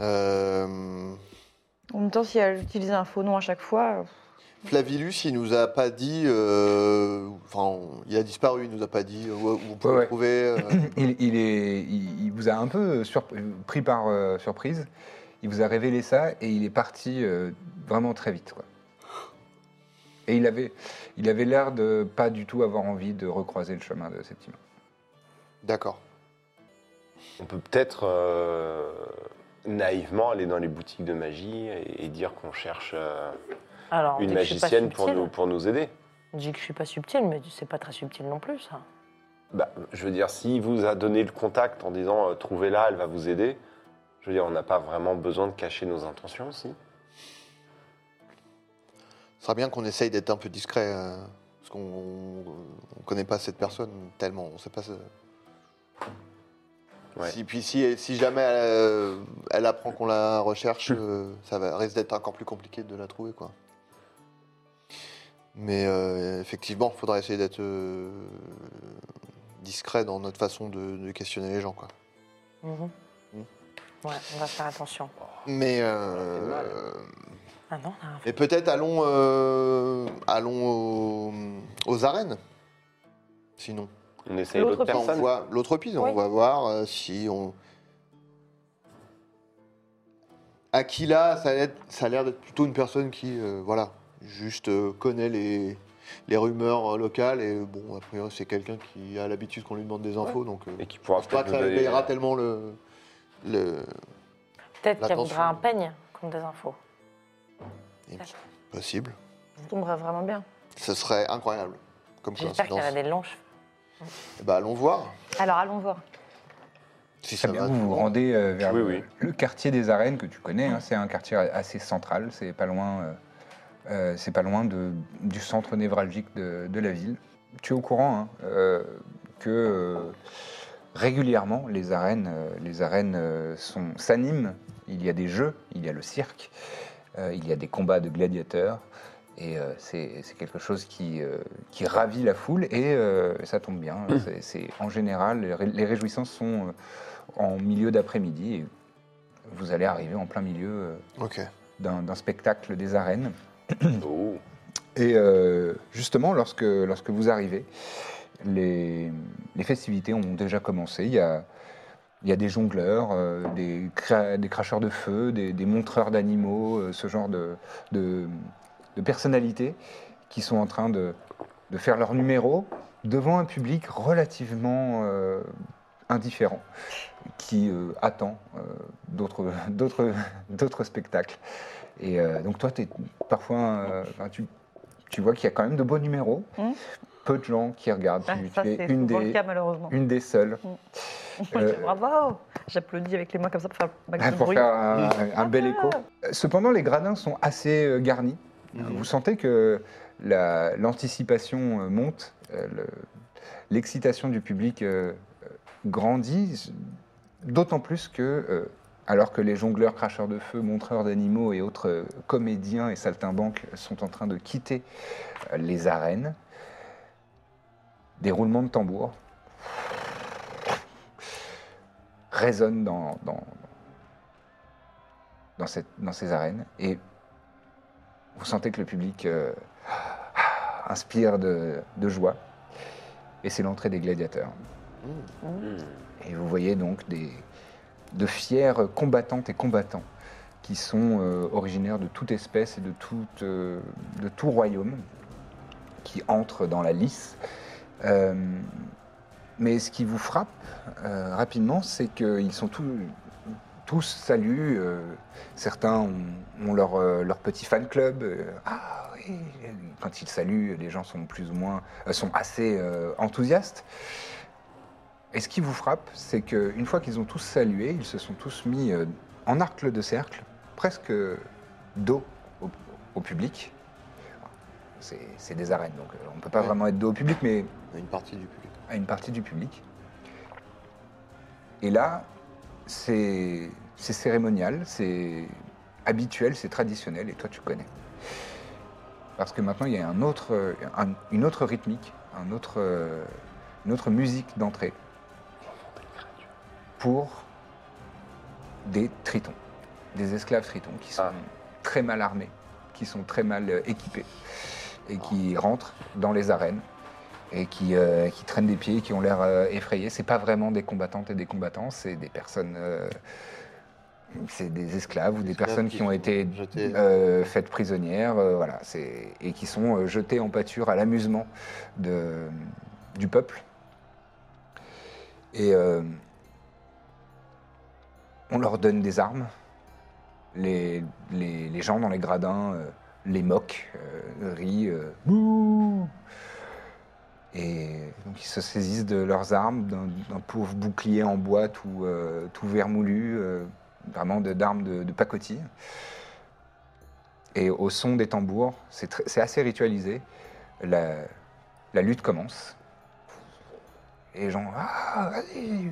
Speaker 4: Euh,
Speaker 6: En même temps, si elle utilisait un faux nom à chaque fois, euh,
Speaker 4: Flavilus, il nous a pas dit. euh, Enfin, on- il a disparu, il nous a pas dit euh, où on peut
Speaker 1: Ouais,
Speaker 4: le
Speaker 1: ouais.
Speaker 4: trouver. euh,
Speaker 1: Il, il est, il, il vous a un peu surp- pris par euh, surprise. Il vous a révélé ça et il est parti euh, vraiment très vite. quoi. Et il avait, il avait l'air de pas du tout avoir envie de recroiser le chemin de Septima.
Speaker 4: D'accord.
Speaker 3: On peut peut-être euh, naïvement aller dans les boutiques de magie et, et dire qu'on cherche euh,
Speaker 2: Alors,
Speaker 3: une
Speaker 2: dis que je suis pas
Speaker 3: magicienne pour
Speaker 2: subtile.
Speaker 3: nous, pour nous aider.
Speaker 2: Dis que je suis pas subtil, mais c'est pas très subtil non plus, ça.
Speaker 3: Bah, je veux dire, s'il vous a donné le contact en disant euh, trouvez-la, elle va vous aider. Je veux dire, on n'a pas vraiment besoin de cacher nos intentions aussi.
Speaker 4: Ce sera bien qu'on essaye d'être un peu discret. euh, parce qu'on on connaît pas cette personne tellement, on sait pas. ce-
Speaker 3: Ouais.
Speaker 4: Si, puis si, si jamais elle, euh, elle apprend qu'on la recherche, euh, ça va, risque d'être encore plus compliqué de la trouver. quoi. Mais euh, effectivement, il faudra essayer d'être euh, discret dans notre façon de, de questionner les gens. Quoi.
Speaker 2: Mhm.
Speaker 4: Mm.
Speaker 2: Ouais, on va faire attention.
Speaker 4: Mais,
Speaker 3: Ça fait mal.
Speaker 4: euh,
Speaker 2: Ah non, on a un-
Speaker 4: mais peut-être allons, euh, allons aux, aux arènes. Sinon,
Speaker 3: On essaye
Speaker 6: L'autre
Speaker 3: l'autre
Speaker 4: Enfin, on
Speaker 3: personne.
Speaker 4: voit l'autre piste,
Speaker 2: Oui.
Speaker 4: on va voir euh, si on. Aquila, ça a l'air- ça a l'air d'être plutôt une personne qui, euh, voilà, juste euh, connaît les, les rumeurs euh, locales et euh, bon, a priori, c'est quelqu'un qui a l'habitude qu'on lui demande des infos, donc euh,
Speaker 3: Et qui
Speaker 4: je
Speaker 3: pourra
Speaker 4: pense pas
Speaker 3: peut-être
Speaker 4: que
Speaker 3: nous
Speaker 4: ça
Speaker 3: donner-
Speaker 4: éveillera tellement le, le-
Speaker 2: Peut-être qu'elle
Speaker 4: l'attention.
Speaker 2: voudra un peigne comme des infos.
Speaker 4: possible.
Speaker 6: ça tomberait vraiment bien.
Speaker 4: Ce serait incroyable comme
Speaker 2: J'espère qu'elle
Speaker 4: coïncidence.
Speaker 2: a des longs cheveux.
Speaker 4: Bah, allons voir
Speaker 6: Alors allons voir.
Speaker 4: si
Speaker 1: Très
Speaker 4: ça
Speaker 1: bien,
Speaker 4: va.
Speaker 1: vous vous rendez euh, vers
Speaker 3: Oui,
Speaker 1: le-
Speaker 3: oui.
Speaker 1: le quartier des arènes que tu connais. hein. c'est un quartier assez central. C'est pas loin, euh, euh, c'est pas loin de- du centre névralgique de, de la ville. Tu es au courant hein, euh, que euh, régulièrement les arènes, euh, les arènes euh, sont- s'animent. Il y a des jeux, il y a le cirque, euh, il y a des combats de gladiateurs. Et euh, c'est c'est quelque chose qui, euh, qui ravit la foule et euh, ça tombe bien.
Speaker 3: Mmh.
Speaker 1: C'est- c'est- en général, les ré- les réjouissances sont euh, en milieu d'après-midi et vous allez arriver en plein milieu euh,
Speaker 4: Ok.
Speaker 1: d'un d'un spectacle des arènes.
Speaker 3: Oh.
Speaker 1: Et euh, justement, lorsque, lorsque vous arrivez, les, les festivités ont déjà commencé. Il y a, il y a des jongleurs, euh, des, cra- des cracheurs de feu, des, des montreurs d'animaux, euh, ce genre de, de, de personnalités qui sont en train de, de faire leur numéro devant un public relativement euh, indifférent qui euh, attend euh, d'autres- d'autres d'autres spectacles. Et euh, donc toi, t'es parfois, euh, enfin, tu, tu vois qu'il y a quand même de beaux numéros,
Speaker 6: Mhm.
Speaker 1: peu de gens qui regardent.
Speaker 6: Ah,
Speaker 1: Tu- tu
Speaker 6: ça,
Speaker 1: es
Speaker 6: c'est
Speaker 1: une
Speaker 6: souvent le
Speaker 1: des,
Speaker 6: cas, malheureusement.
Speaker 1: une des seules
Speaker 6: Moi, je dis
Speaker 1: euh,
Speaker 6: Bravo J'applaudis avec les mains comme ça pour faire un max de
Speaker 1: Hein, pour
Speaker 6: Bah, bruit.
Speaker 1: faire un, un bel écho. Cependant, les gradins sont assez euh, garnis. Vous sentez que la- l'anticipation euh, monte, euh, le- l'excitation du public euh, euh, grandit, d'autant plus que, euh, alors que les jongleurs, cracheurs de feu, montreurs d'animaux et autres euh, comédiens et saltimbanques sont en train de quitter euh, les arènes, des roulements de tambour résonnent dans, dans, dans, cette- dans ces arènes et vous sentez que le public euh, inspire de, de joie. Et c'est l'entrée des gladiateurs. Et vous voyez donc des, de fiers combattantes et combattants qui sont euh, originaires de toute espèce et de tout, euh, de tout royaume, qui entrent dans la lice. Euh, mais ce qui vous frappe euh, rapidement, c'est qu'ils sont tous, tous saluts. euh, certains ont, ont leur, euh, leur petit fan club. euh, ah oui, euh, quand ils saluent, les gens sont plus ou moins euh, sont assez euh, enthousiastes. Et ce qui vous frappe, c'est qu'une fois qu'ils ont tous salué, ils se sont tous mis euh, en arc de cercle, presque dos au, au public. C'est c'est des arènes, donc euh, on ne peut pas
Speaker 4: Ouais.
Speaker 1: vraiment être dos au public, mais
Speaker 4: Une partie du public.
Speaker 1: à une partie du public. Et là, c'est c'est cérémonial, c'est habituel, c'est traditionnel, et toi tu connais. Parce que maintenant, il y a un autre, euh, un- une autre rythmique, un autre, euh, une autre musique d'entrée pour des tritons, des esclaves tritons qui sont
Speaker 3: Ah.
Speaker 1: très mal armés, qui sont très mal euh, équipés et
Speaker 4: Ah.
Speaker 1: qui rentrent dans les arènes et qui, euh, qui traînent des pieds, qui ont l'air euh, effrayés. C'est pas vraiment des combattantes et des combattants, c'est des personnes, euh, c'est des esclaves ou
Speaker 4: Des
Speaker 1: des
Speaker 4: esclaves
Speaker 1: personnes
Speaker 4: qui
Speaker 1: qui ont
Speaker 4: sont
Speaker 1: été
Speaker 4: jetées.
Speaker 1: euh, faites prisonnières, euh, voilà, c'est et qui sont euh, jetées en pâture à l'amusement de, du peuple. Et euh, on leur donne des armes. Les, les- les gens dans les gradins euh, les moquent, euh, rient, euh, Bouh et donc ils se saisissent de leurs armes, d'un d'un pauvre bouclier en bois tout, euh, tout vermoulu, euh, vraiment de- d'armes de, de pacotille. Et au son des tambours, c'est tr- c'est assez ritualisé, la, la lutte commence. Et les gens, ah, vas-y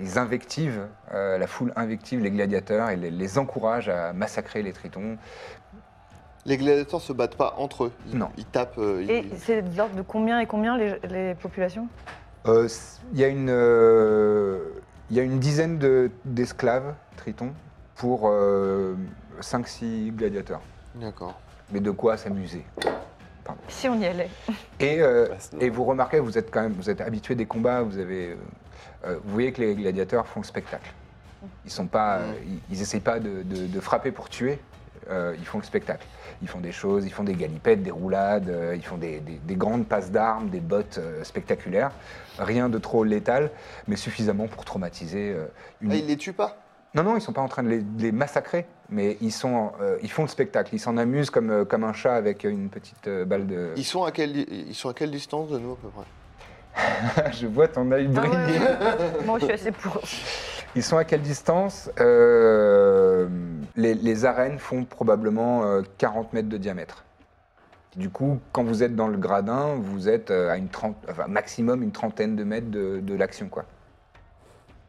Speaker 1: Ils invectivent, euh, la foule invective les gladiateurs et les, les encourage à massacrer les tritons.
Speaker 4: Les gladiateurs se battent pas entre eux. Ils,
Speaker 1: Non.
Speaker 4: Ils tapent. euh, ils-
Speaker 6: Et c'est de l'ordre de combien et combien les, les populations
Speaker 1: Euh, c- Il y a une, euh, il y a une dizaine de- d'esclaves tritons pour 5-6 gladiateurs.
Speaker 4: D'accord. Ah,
Speaker 1: Mais de quoi s'amuser.
Speaker 6: Si on y allait.
Speaker 1: Et, euh,
Speaker 3: Bah, c'est
Speaker 1: et vous remarquez, vous êtes quand même, vous êtes habitué des combats, vous avez, euh, euh, vous voyez que les gladiateurs font le spectacle. Ils sont
Speaker 6: Mm.
Speaker 1: pas, euh, ils, ils essayent pas de, de- de frapper pour tuer. euh, ils font le spectacle. Ils font des choses, ils font des galipettes, des roulades, euh, ils font des, des- des grandes passes d'armes, des bottes euh, spectaculaires. Rien de trop létal, mais suffisamment pour traumatiser euh, une.
Speaker 4: Ah, ils les tuent pas
Speaker 1: Non, non, ils sont pas en train de les, de les massacrer, mais ils sont, euh, ils font le spectacle. Ils s'en amusent comme, euh, comme un chat avec une petite euh, balle de.
Speaker 4: Ils sont à quelle ils sont à quelle distance de nous à peu près
Speaker 1: Je vois ton œil
Speaker 6: Ah ouais,
Speaker 1: briller.
Speaker 6: ouais. Moi, je suis assez pour.
Speaker 1: Ils sont à quelle distance Euh, les, les arènes font probablement euh, 40 mètres de diamètre. Du coup, quand vous êtes dans le gradin, vous êtes euh, à une trente, enfin, maximum une trentaine de mètres de, de l'action. quoi.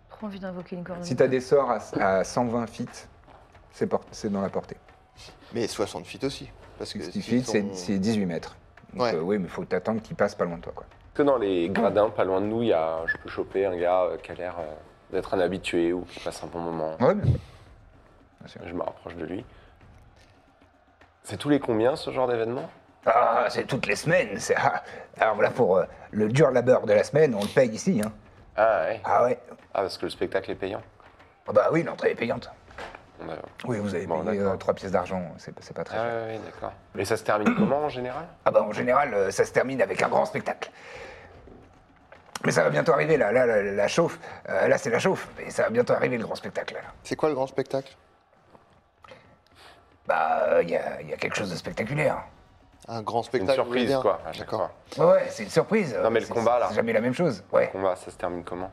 Speaker 6: Trop envie d'invoquer une corne.
Speaker 1: Si tu as des sorts à, à 120 feet, c'est por- c'est dans la portée.
Speaker 4: Mais 60 feet aussi. Parce que
Speaker 1: 60
Speaker 4: s'ils
Speaker 1: feet, c'est-
Speaker 4: sont-
Speaker 1: c'est 18 mètres. Donc,
Speaker 4: Ouais.
Speaker 1: euh, oui, mais il faut t'attendre qu'ils passent pas loin de toi. Quoi.
Speaker 3: Est-ce que dans les gradins, pas loin de nous, il y a, je peux choper un gars euh, qui a l'air euh, d'être un habitué ou qui passe un bon moment
Speaker 1: Ouais, bien sûr.
Speaker 3: Je me rapproche de lui. C'est tous les combien ce genre d'événement
Speaker 1: Ah, c'est toutes les semaines. c'est- ah, alors voilà pour euh, le dur labeur de la semaine, on le paye ici. Hein.
Speaker 3: Ah ouais.
Speaker 1: Ah ouais.
Speaker 3: Ah, parce que le spectacle est payant.
Speaker 1: Ah bah oui, l'entrée est payante.
Speaker 3: On a-
Speaker 1: Oui, vous avez
Speaker 3: Bon,
Speaker 1: payé
Speaker 3: d'accord.
Speaker 1: euh, trois pièces d'argent, c'est c'est pas très
Speaker 3: Ah
Speaker 1: cher.
Speaker 3: ouais, ouais, d'accord. Et ça se termine comment en général
Speaker 1: Ah bah en général, euh, ça se termine avec un grand spectacle. Mais ça va bientôt arriver là, là, la, la chauffe. Euh, là, c'est la chauffe. Et ça va bientôt arriver le grand spectacle. Là.
Speaker 4: C'est quoi le grand spectacle
Speaker 1: Bah, il y, a- y a quelque chose de spectaculaire.
Speaker 4: Un grand
Speaker 3: Une
Speaker 4: spectacle vous
Speaker 3: surprise
Speaker 4: voulez dire
Speaker 3: quoi. à chaque
Speaker 4: D'accord.
Speaker 3: fois.
Speaker 1: Ouais, ouais, c'est une surprise.
Speaker 3: Non, mais le
Speaker 1: C'est-
Speaker 3: combat, là.
Speaker 1: C'est jamais la même chose. Ouais.
Speaker 3: Combat, ça se termine comment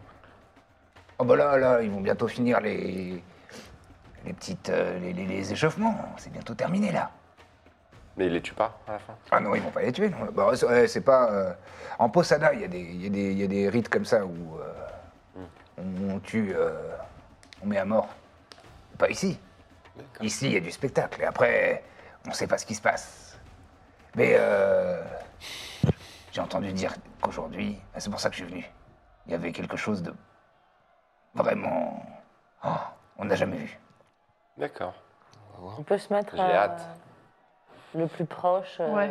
Speaker 1: Oh bah là, là, ils vont bientôt finir les les petites euh, les, les- les échauffements. C'est bientôt terminé là.
Speaker 3: Mais il les tue pas à la fin
Speaker 1: Ah non, ils vont pas les tuer. Non. Bah, c'est ouais, c'est pas euh, en Posada, il y, a des- il y a des- il y a des rites comme ça où euh, on, on tue, euh, on met à mort. Pas ici. Ici, il y a du spectacle. Et après, on sait pas ce qui se passe. Mais euh, j'ai entendu dire qu'aujourd'hui, ah, c'est pour ça que je suis venu. Il y avait quelque chose de vraiment, oh, on n'a jamais vu.
Speaker 3: D'accord.
Speaker 2: On peut se mettre
Speaker 3: J'ai
Speaker 2: euh,
Speaker 3: hâte.
Speaker 2: le plus proche. euh,
Speaker 6: Ouais.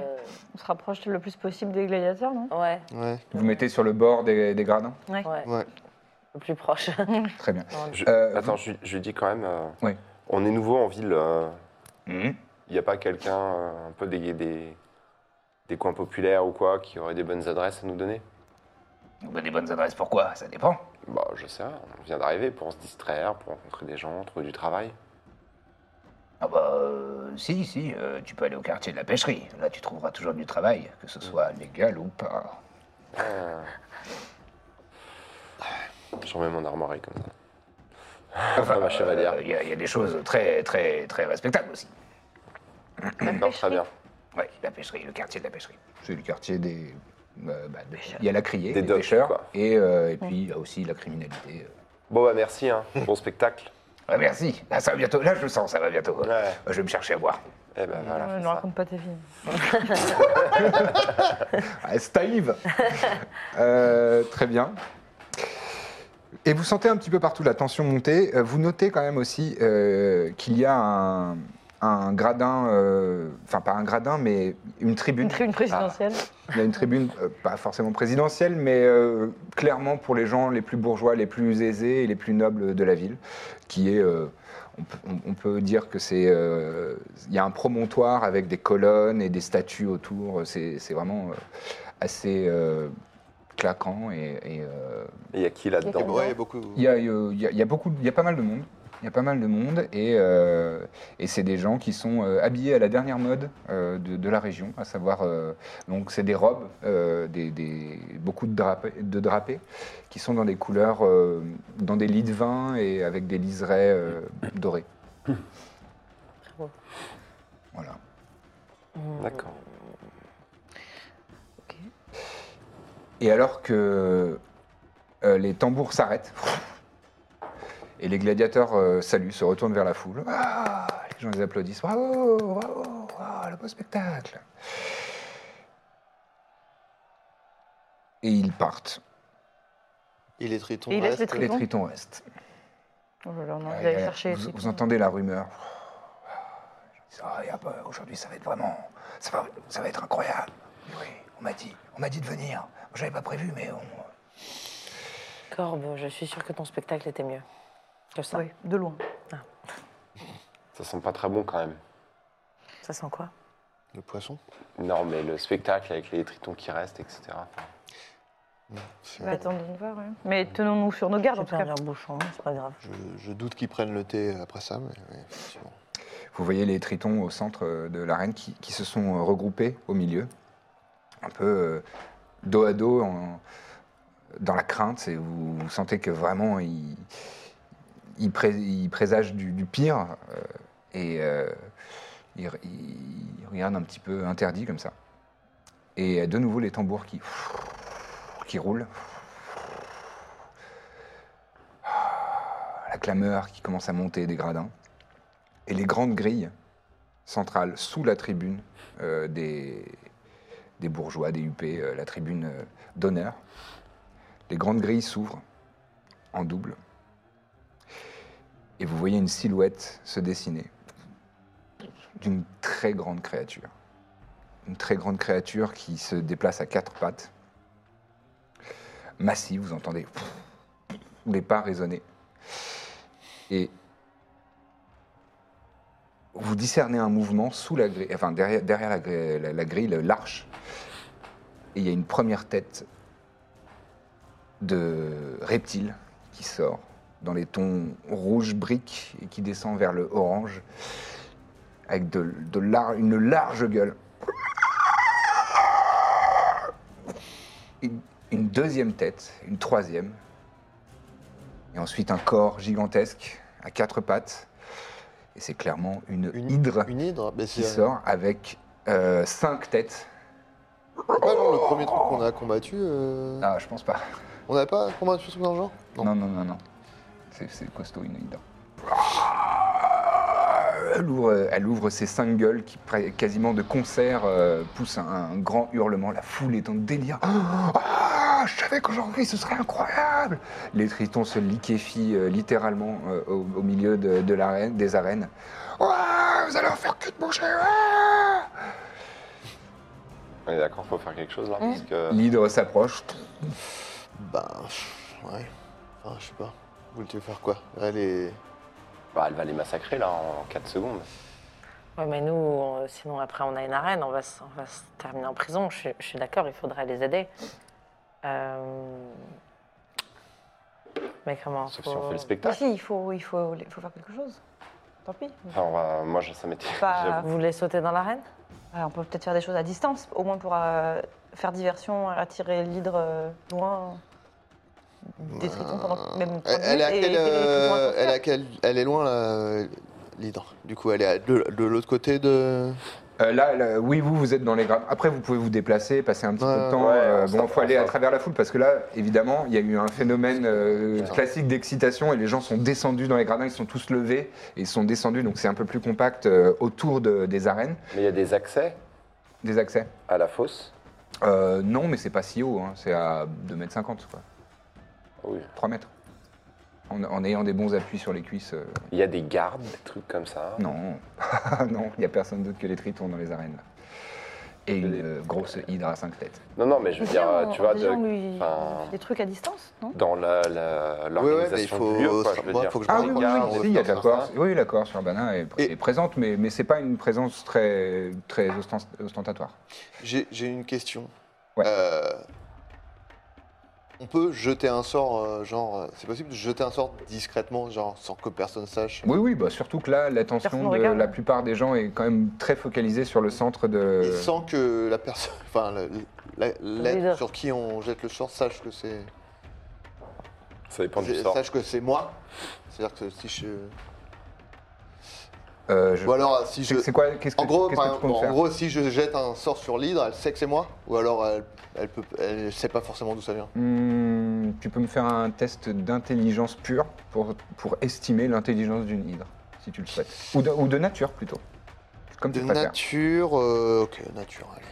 Speaker 6: On se rapproche le plus possible des gladiateurs, non
Speaker 2: ouais,
Speaker 4: Ouais.
Speaker 1: Vous mettez sur le bord des, gradins.
Speaker 2: ouais,
Speaker 4: Ouais.
Speaker 2: le plus proche.
Speaker 1: Très bien.
Speaker 3: Je-
Speaker 1: Euh,
Speaker 3: Attends, je, je dis quand même. euh,
Speaker 1: Oui.
Speaker 3: On est nouveau en ville. euh,
Speaker 1: Hmm.
Speaker 3: Il n'y a pas quelqu'un, euh, un peu des, des, des coins populaires ou quoi, qui aurait des bonnes adresses à nous donner
Speaker 1: Des bonnes adresses, pourquoi Ça dépend.
Speaker 3: Bah, je sais, pas, on vient d'arriver pour se distraire, pour rencontrer des gens, trouver du travail.
Speaker 1: Ah bah euh, si, si, euh, tu peux aller au quartier de la pêcherie. Là, tu trouveras toujours du travail, que ce soit légal ou pas.
Speaker 3: Ah. Je remets mon armoirie comme ça.
Speaker 1: Enfin,
Speaker 3: ma chevalière.
Speaker 1: euh, Il y, a- il y a des choses très, très, très respectables aussi.
Speaker 3: Non, très bien.
Speaker 1: Oui, la pêcherie, le quartier de la pêcherie. C'est le quartier des... euh, bah, des- il y a la criée,
Speaker 3: Des
Speaker 1: les
Speaker 3: docks,
Speaker 1: pêcheurs,
Speaker 3: quoi.
Speaker 1: et, euh, et puis il y a aussi la criminalité. euh.
Speaker 3: Bon, bah merci, hein. bon spectacle.
Speaker 1: Ah, merci, là, ça va bientôt, là je le sens, ça va bientôt. Euh,
Speaker 3: Ouais.
Speaker 1: Je vais me chercher à boire.
Speaker 3: Eh ben voilà.
Speaker 6: Euh,
Speaker 3: c'est
Speaker 6: Ne
Speaker 3: ça.
Speaker 6: raconte pas tes films.
Speaker 1: Ah, c'est Taïb. Très bien. Et vous sentez un petit peu partout la tension monter. Euh, Vous notez quand même aussi euh, qu'il y a un, un gradin, euh, enfin pas un gradin, mais une tribune.
Speaker 6: Une tribune présidentielle.
Speaker 1: Il y a une tribune, euh, pas forcément présidentielle, mais euh, clairement pour les gens les plus bourgeois, les plus aisés et les plus nobles de la ville, qui est, euh, on, peut- on- on peut dire que c'est, euh, il y a un promontoire avec des colonnes et des statues autour. C'est c'est vraiment euh, assez euh, claquant et, et, euh,
Speaker 3: Et Il y a qui
Speaker 4: Et
Speaker 3: là-dedans
Speaker 4: bon, ouais, il y a beaucoup.
Speaker 1: il y a, euh, il y a- il y a beaucoup, il y a pas mal de monde. Il y a pas mal de monde et, euh, et c'est des gens qui sont euh, habillés à la dernière mode euh, de, de la région, à savoir euh, donc c'est des robes, euh, des, des- beaucoup de drapés, de drapés qui sont dans des couleurs, euh, dans des lits de vin et avec des liserés euh, dorés.
Speaker 2: beau.
Speaker 1: Voilà.
Speaker 3: D'accord.
Speaker 1: Et alors que euh, les tambours s'arrêtent et les gladiateurs euh, saluent, se retournent vers la foule, Ah les gens les applaudissent. Bravo, bravo, ah, le beau spectacle. Et ils partent.
Speaker 4: Et les tritons.
Speaker 6: Et il laisse les
Speaker 4: restent.
Speaker 1: Les
Speaker 6: Tritons
Speaker 1: tritons restent.
Speaker 6: Oh là là, on a
Speaker 1: Ah,
Speaker 6: envie
Speaker 1: il y a-
Speaker 6: d'aller chercher.
Speaker 1: vous,
Speaker 6: les
Speaker 1: vous
Speaker 6: films.
Speaker 1: entendez la rumeur. Ils disent, Ah, il y a pas- Aujourd'hui, ça va être vraiment. Ça va, ça va être incroyable. Mais oui, on m'a dit, on m'a dit de venir. J'avais pas prévu, mais on,
Speaker 2: Corbe, je suis sûre que ton spectacle était mieux que ça.
Speaker 6: Oui, de loin.
Speaker 3: Ça sent pas très bon quand même.
Speaker 2: Ça sent quoi
Speaker 4: Le poisson.
Speaker 3: Non, mais le spectacle avec les tritons qui restent, etc.
Speaker 4: C'est-
Speaker 6: Mais attendons de voir, ouais. Mais tenons-nous sur nos gardes, Ah, en
Speaker 2: J'ai
Speaker 6: tout
Speaker 2: perdu
Speaker 6: cas.
Speaker 2: un bouchon, c'est pas grave.
Speaker 4: Je, je doute qu'ils prennent le thé après ça, mais ouais, effectivement.
Speaker 1: Vous voyez les tritons au centre euh, de l'arène qui, qui se sont euh, regroupés au milieu, un peu euh, dos à dos, en- dans la crainte. Et vous, vous sentez que vraiment ils, ils pré- ils présagent du, du pire euh, et euh, ils, re- ils regardent un petit peu interdit comme ça. Et euh, de nouveau les tambours qui, qui roulent. La clameur qui commence à monter des gradins et les grandes grilles centrales sous la tribune euh, des, des bourgeois, des huppés, euh, la tribune euh, d'honneur. Les grandes grilles s'ouvrent en double. Et vous voyez une silhouette se dessiner d'une très grande créature une très grande créature qui se déplace à quatre pattes. Massive, vous entendez les pas résonner. Et vous discernez un mouvement sous la grille, enfin derrière, derrière la, grille- la- la grille, l'arche. Et il y a une première tête de reptile qui sort dans les tons rouge brique et qui descend vers le orange avec de, de lar- une large gueule. Une, une deuxième tête, une troisième. Et ensuite un corps gigantesque à quatre pattes. Et c'est clairement une, hydre
Speaker 4: Une hydre Mais
Speaker 1: qui
Speaker 4: c'est euh,
Speaker 1: sort avec euh, cinq têtes.
Speaker 4: c'est pas genre le premier truc qu'on a combattu. euh,
Speaker 1: Ah, je pense pas.
Speaker 4: On n'a pas combattu ce truc dans le genre
Speaker 1: Non, non, non, non. C'est- C'est costaud, une hydre. Elle ouvre, elle ouvre ses cinq gueules qui, près- quasiment de concert, euh, poussent un, un grand hurlement. La foule est en délire. Ah, je savais qu'aujourd'hui ce serait incroyable. Les tritons se liquéfient euh, littéralement euh, au, au milieu de, de l'arène, des arènes. Ah, vous allez en faire que de boucher. ah
Speaker 3: On est d'accord, faut faire quelque chose là. Parce que...
Speaker 1: L'hydre s'approche.
Speaker 4: Ben, pff, ouais. Enfin, je sais pas. Vous voulez faire quoi Elle est.
Speaker 3: Bah, elle va les massacrer là en 4 secondes.
Speaker 2: Ouais, mais nous, on- sinon après on a une arène, on va se, on va se terminer en prison. Je, suis- je suis d'accord, il faudrait les aider. Euh, Mais comment
Speaker 3: Sauf si on fait le
Speaker 1: Ah.
Speaker 3: spectacle.
Speaker 6: si, il faut, il, faut, il faut faire quelque chose. Tant pis.
Speaker 3: Enfin, on va- euh, moi, je- ça m'était.
Speaker 6: Pas-
Speaker 3: j'avoue.
Speaker 2: Vous voulez sauter dans l'arène
Speaker 6: Ah, on peut peut-être faire des choses à distance, au moins pour euh, faire diversion, attirer l'hydre euh, loin euh, des tritons pendant même
Speaker 4: euh, Elle, elle est à
Speaker 6: et-
Speaker 4: quelle,
Speaker 6: et- et les tritons à
Speaker 4: euh,
Speaker 6: sortir.
Speaker 4: elle, est à quelle- elle est loin, là, l'hydre. Du coup, elle est à- de, de l'autre côté de.
Speaker 1: Euh, là, là, oui, vous, vous êtes dans les grappes. Après, vous pouvez vous déplacer, passer un petit
Speaker 4: Ouais,
Speaker 1: peu de temps.
Speaker 3: ouais,
Speaker 1: Euh,
Speaker 3: on
Speaker 1: bon,
Speaker 3: s'approche,
Speaker 1: faut aller à
Speaker 3: ouais.
Speaker 1: travers la foule parce que là, évidemment, il y a eu un phénomène euh,
Speaker 4: Putain.
Speaker 1: classique d'excitation et les gens sont descendus dans les gradins, ils sont tous levés et ils sont descendus, donc c'est un peu plus compact euh, autour de- des arènes,
Speaker 3: Mais il y a des accès
Speaker 1: des accès.
Speaker 3: à la fosse.
Speaker 1: Euh, non, mais c'est pas si haut, hein, c'est à 2m50, quoi.
Speaker 3: Oui.
Speaker 1: 3 mètres. En, en ayant des bons appuis sur les cuisses. euh,
Speaker 3: Il y a des gardes, des trucs comme ça.
Speaker 1: Non, non, il n'y a personne d'autre que les tritons dans les arènes. là. Et une euh, grosse hydre à 5 têtes.
Speaker 3: Non, non, mais je veux dire,
Speaker 6: Viens, on-
Speaker 3: tu vois,
Speaker 6: déjà,
Speaker 3: de-
Speaker 6: on lui-
Speaker 3: enfin,
Speaker 6: des trucs à distance, non
Speaker 3: dans la- la- l'organisation
Speaker 4: Ouais, ouais, mais il faut-
Speaker 3: du lieu, quoi, je veux
Speaker 4: moi,
Speaker 3: dire.
Speaker 4: faut que je
Speaker 1: Ah
Speaker 4: Dans
Speaker 1: oui,
Speaker 4: les
Speaker 1: oui,
Speaker 4: gares,
Speaker 1: oui,
Speaker 4: on
Speaker 1: si, il y a de
Speaker 4: peut
Speaker 1: la
Speaker 4: faire
Speaker 1: Corse.
Speaker 4: ça.
Speaker 1: Oui, la Corse urbana est,
Speaker 4: Et-
Speaker 1: est présente, mais, mais c'est pas une présence très, très ostent- ostentatoire.
Speaker 4: J'ai j'ai une question.
Speaker 1: Ouais.
Speaker 4: Euh, on peut jeter un sort, euh, genre. euh, C'est possible de jeter un sort discrètement, genre sans que personne sache
Speaker 1: Oui, oui, bah, surtout que là, l'attention
Speaker 6: Personne
Speaker 1: de
Speaker 6: regarde.
Speaker 1: la plupart des gens est quand même très focalisée sur le centre de.
Speaker 4: Et sans que la personne. Enfin, la- la- l'être
Speaker 2: Leader.
Speaker 4: sur qui on jette le sort sache que c'est.
Speaker 3: Ça dépend du
Speaker 4: c'est-
Speaker 3: sort.
Speaker 4: Sache que c'est moi. C'est-à-dire que si je.
Speaker 1: Euh, je-
Speaker 4: Ou alors si je.
Speaker 1: C'est c'est quoi Qu'est-ce que,
Speaker 4: En gros,
Speaker 1: qu'est-ce que
Speaker 4: par
Speaker 1: tu
Speaker 4: exemple,
Speaker 1: comptes
Speaker 4: bon, en
Speaker 1: faire
Speaker 4: gros, si je jette un sort sur l'hydre, elle sait que c'est moi Ou alors elle, elle, peut, elle sait pas forcément d'où ça vient
Speaker 1: Hmm, Tu peux me faire un test d'intelligence pure pour, pour estimer l'intelligence d'une hydre, si tu le souhaites. Ou de, ou de nature plutôt. Comme tu
Speaker 4: De
Speaker 1: le préfères.
Speaker 4: nature. euh, ok, nature, allez.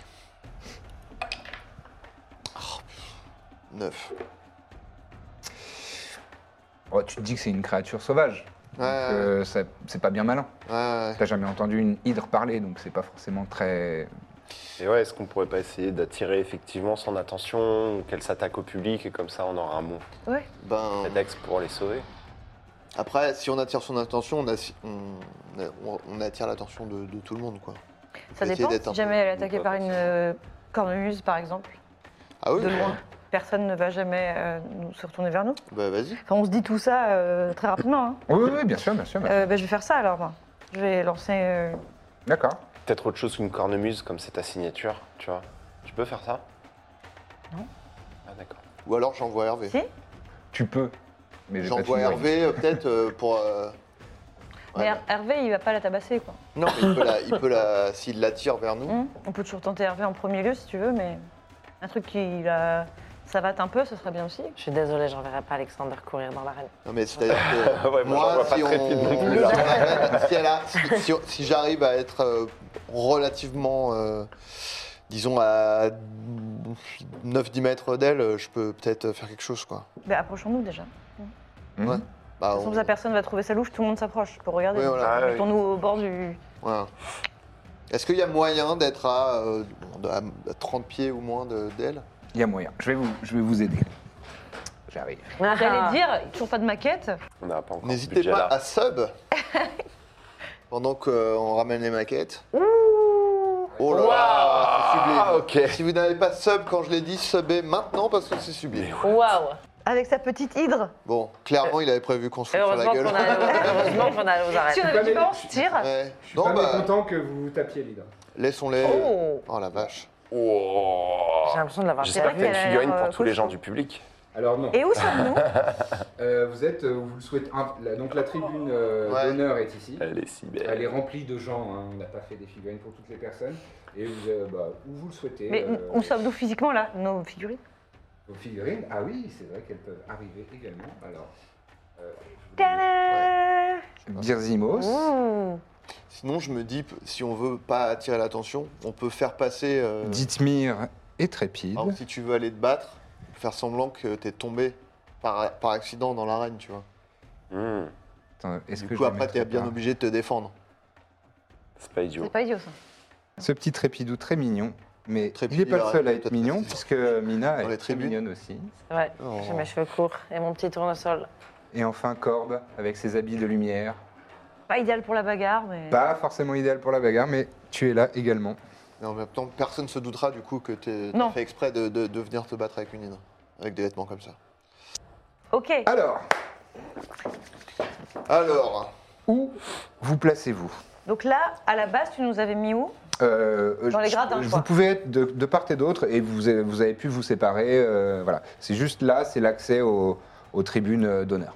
Speaker 4: Oh, putain. Neuf.
Speaker 1: Oh, tu te dis que c'est une créature sauvage.
Speaker 4: Ouais,
Speaker 1: donc, euh, ça- c'est pas bien malin.
Speaker 4: ouais, ouais.
Speaker 1: T'as jamais entendu une hydre parler, donc c'est pas forcément très.
Speaker 3: Et ouais, est-ce qu'on pourrait pas essayer d'attirer effectivement son attention, ou qu'elle s'attaque au public, et comme ça on aura un bon
Speaker 4: Ben,
Speaker 3: prétexte pour les sauver
Speaker 4: après, si on attire son attention, on, assi- on- on- on attire l'attention de, de tout le monde, quoi.
Speaker 6: Ça
Speaker 4: Essayer
Speaker 6: dépend.
Speaker 4: d'être un
Speaker 6: Si
Speaker 4: peu-
Speaker 6: jamais elle est attaquée
Speaker 3: pas
Speaker 6: par une euh, cornemuse, par exemple,
Speaker 4: Ah oui
Speaker 6: de loin, personne ne va jamais euh, nous- se retourner vers nous.
Speaker 4: Bah vas-y.
Speaker 6: Enfin, on se dit tout ça euh, très rapidement. hein.
Speaker 1: Oui, oui, oui, bien sûr, bien sûr. bien sûr.
Speaker 6: Euh, bah, je vais faire ça alors, moi. Je vais lancer. euh,
Speaker 1: D'accord.
Speaker 3: Peut-être autre chose qu'une cornemuse, comme c'est ta signature, tu vois. Tu peux faire ça
Speaker 6: Non.
Speaker 3: Ah d'accord.
Speaker 4: Ou alors j'envoie Hervé.
Speaker 6: Si
Speaker 1: Tu peux. Mais j'ai pas hein.
Speaker 4: J'envoie
Speaker 1: de figurine.
Speaker 4: Hervé euh, peut-être euh, pour. euh,
Speaker 6: Mais
Speaker 4: ouais,
Speaker 6: Her- Hervé, il va pas la tabasser, quoi.
Speaker 4: Non, mais il peut la, il peut la- s'il l'attire vers nous.
Speaker 6: Hum, On peut toujours tenter Hervé en premier lieu si tu veux, mais un truc qui la savate un peu, ce serait bien aussi.
Speaker 2: Je suis désolée, j'enverrai pas Alexander courir dans l'arène.
Speaker 4: Non, mais c'est-à-dire que
Speaker 3: Ouais, moi, j'en
Speaker 4: moi,
Speaker 3: vois pas
Speaker 4: si on,
Speaker 3: très vite non plus,
Speaker 4: si
Speaker 3: là.
Speaker 4: on arrête- si elle a- si- si- si j'arrive à être euh, relativement, euh, disons à 9-10 mètres d'elle, euh, je peux peut-être faire quelque chose, quoi.
Speaker 6: Bah, approchons-nous déjà.
Speaker 1: Mhm.
Speaker 4: Ouais. Bah,
Speaker 6: De toute façon,
Speaker 4: on-
Speaker 6: ça, personne va trouver sa louche, tout le monde s'approche pour regarder.
Speaker 4: Oui, voilà.
Speaker 3: Ah, oui.
Speaker 6: Mettons-nous au bord du.
Speaker 4: voilà. Est-ce qu'il y a moyen d'être à, euh, à 30 pieds ou moins de- d'elle
Speaker 1: Il y a moyen. Je vais vous, je vais vous aider. J'arrive.
Speaker 2: Ah.
Speaker 5: J'allais dire, toujours pas de maquette.
Speaker 3: On n'a pas encore ce
Speaker 4: N'hésitez
Speaker 3: budget
Speaker 4: pas
Speaker 3: Oh, là.
Speaker 4: à sub pendant qu'on ramène les maquettes. Oh là là,
Speaker 3: Waouh,
Speaker 4: c'est sublime.
Speaker 3: ok.
Speaker 4: Si vous n'avez pas sub quand je l'ai dit, subez maintenant parce que c'est sublime.
Speaker 2: Ah. Waouh
Speaker 6: Avec sa petite hydre.
Speaker 4: Bon, clairement, il avait prévu qu'on se foute sur la
Speaker 2: Heureusement
Speaker 4: gueule.
Speaker 2: qu'on a, heureusement qu'on a aux
Speaker 5: Si
Speaker 2: arènes.
Speaker 5: on avait
Speaker 7: pas
Speaker 5: du
Speaker 7: mais-
Speaker 5: vent, on se tire.
Speaker 4: Ouais.
Speaker 7: Je suis
Speaker 4: Non,
Speaker 7: pas
Speaker 4: bah,
Speaker 7: mécontent que vous vous tapiez l'hydre.
Speaker 4: laissons-les.
Speaker 2: Oh.
Speaker 4: oh la vache.
Speaker 3: Wow.
Speaker 2: J'ai l'impression de l'avoir
Speaker 3: Oh, J'espère que
Speaker 2: perdu.
Speaker 3: t'as une
Speaker 6: qu'elle a
Speaker 3: figurine
Speaker 6: l'air,
Speaker 3: pour
Speaker 6: euh,
Speaker 3: tous les gens
Speaker 6: cochon.
Speaker 3: du public.
Speaker 7: Alors non.
Speaker 6: Et où sommes-nous
Speaker 7: Euh, vous êtes, euh, vous le souhaitez. un- la- donc la tribune euh,
Speaker 4: Ouais.
Speaker 1: L'honneur
Speaker 7: d'honneur est ici.
Speaker 3: Elle est si belle.
Speaker 7: Elle est remplie de gens. hein. On n'a pas fait des figurines pour toutes les personnes. Et vous, euh, bah, où vous le souhaitez.
Speaker 6: Mais
Speaker 7: euh,
Speaker 6: on sommes nous physiquement là, nos figurines
Speaker 7: Vos figurines. Ah oui, c'est vrai qu'elles peuvent arriver également. Alors. euh, je vous donne-
Speaker 6: Tadam
Speaker 1: Birzimos.
Speaker 4: Sinon, je me dis, si on veut pas attirer l'attention, on peut faire passer. euh,
Speaker 1: Dithmir est trépide.
Speaker 4: Alors, si tu veux aller te battre, faire semblant que t'es tombé par, par accident dans l'arène, tu vois.
Speaker 3: Hmm,
Speaker 1: Attends, Est-ce
Speaker 4: Du
Speaker 1: que
Speaker 4: coup,
Speaker 1: je
Speaker 4: après,
Speaker 1: mettrais
Speaker 4: t'es bien
Speaker 1: pas
Speaker 4: obligé de te défendre.
Speaker 3: C'est pas idiot.
Speaker 6: C'est pas idiot ça.
Speaker 1: Ce petit trépidou très mignon. Mais
Speaker 4: Trépide,
Speaker 1: il n'est pas
Speaker 4: il
Speaker 1: le
Speaker 4: aurait
Speaker 1: seul à
Speaker 4: pu
Speaker 1: être
Speaker 4: peut-être
Speaker 1: mignon,
Speaker 4: rester.
Speaker 1: puisque Mina
Speaker 4: Dans les
Speaker 1: est très
Speaker 4: tribunes.
Speaker 1: mignonne aussi.
Speaker 2: Ouais,
Speaker 4: Oh.
Speaker 2: j'ai mes cheveux courts et mon petit tournesol.
Speaker 1: Et enfin, Corbe, avec ses habits de lumière.
Speaker 6: Pas idéal pour la bagarre, mais.
Speaker 1: Pas forcément idéal pour la bagarre, mais tu es là également.
Speaker 4: Mais en même temps, personne se doutera du coup que t'es
Speaker 6: Non.
Speaker 4: t'as fait exprès de, de- de venir te battre avec une hydre, avec des vêtements comme ça.
Speaker 6: Ok.
Speaker 1: Alors,
Speaker 4: Alors,
Speaker 1: où vous placez-vous
Speaker 6: Donc là, à la base, tu nous avais mis où
Speaker 1: Euh,
Speaker 6: Dans les
Speaker 1: je-
Speaker 6: gradins, je
Speaker 1: Vous
Speaker 6: crois.
Speaker 1: pouvez être de, de part et d'autre et vous avez, vous avez pu vous séparer. euh, voilà. C'est juste là, c'est l'accès au- aux tribunes euh, d'honneur.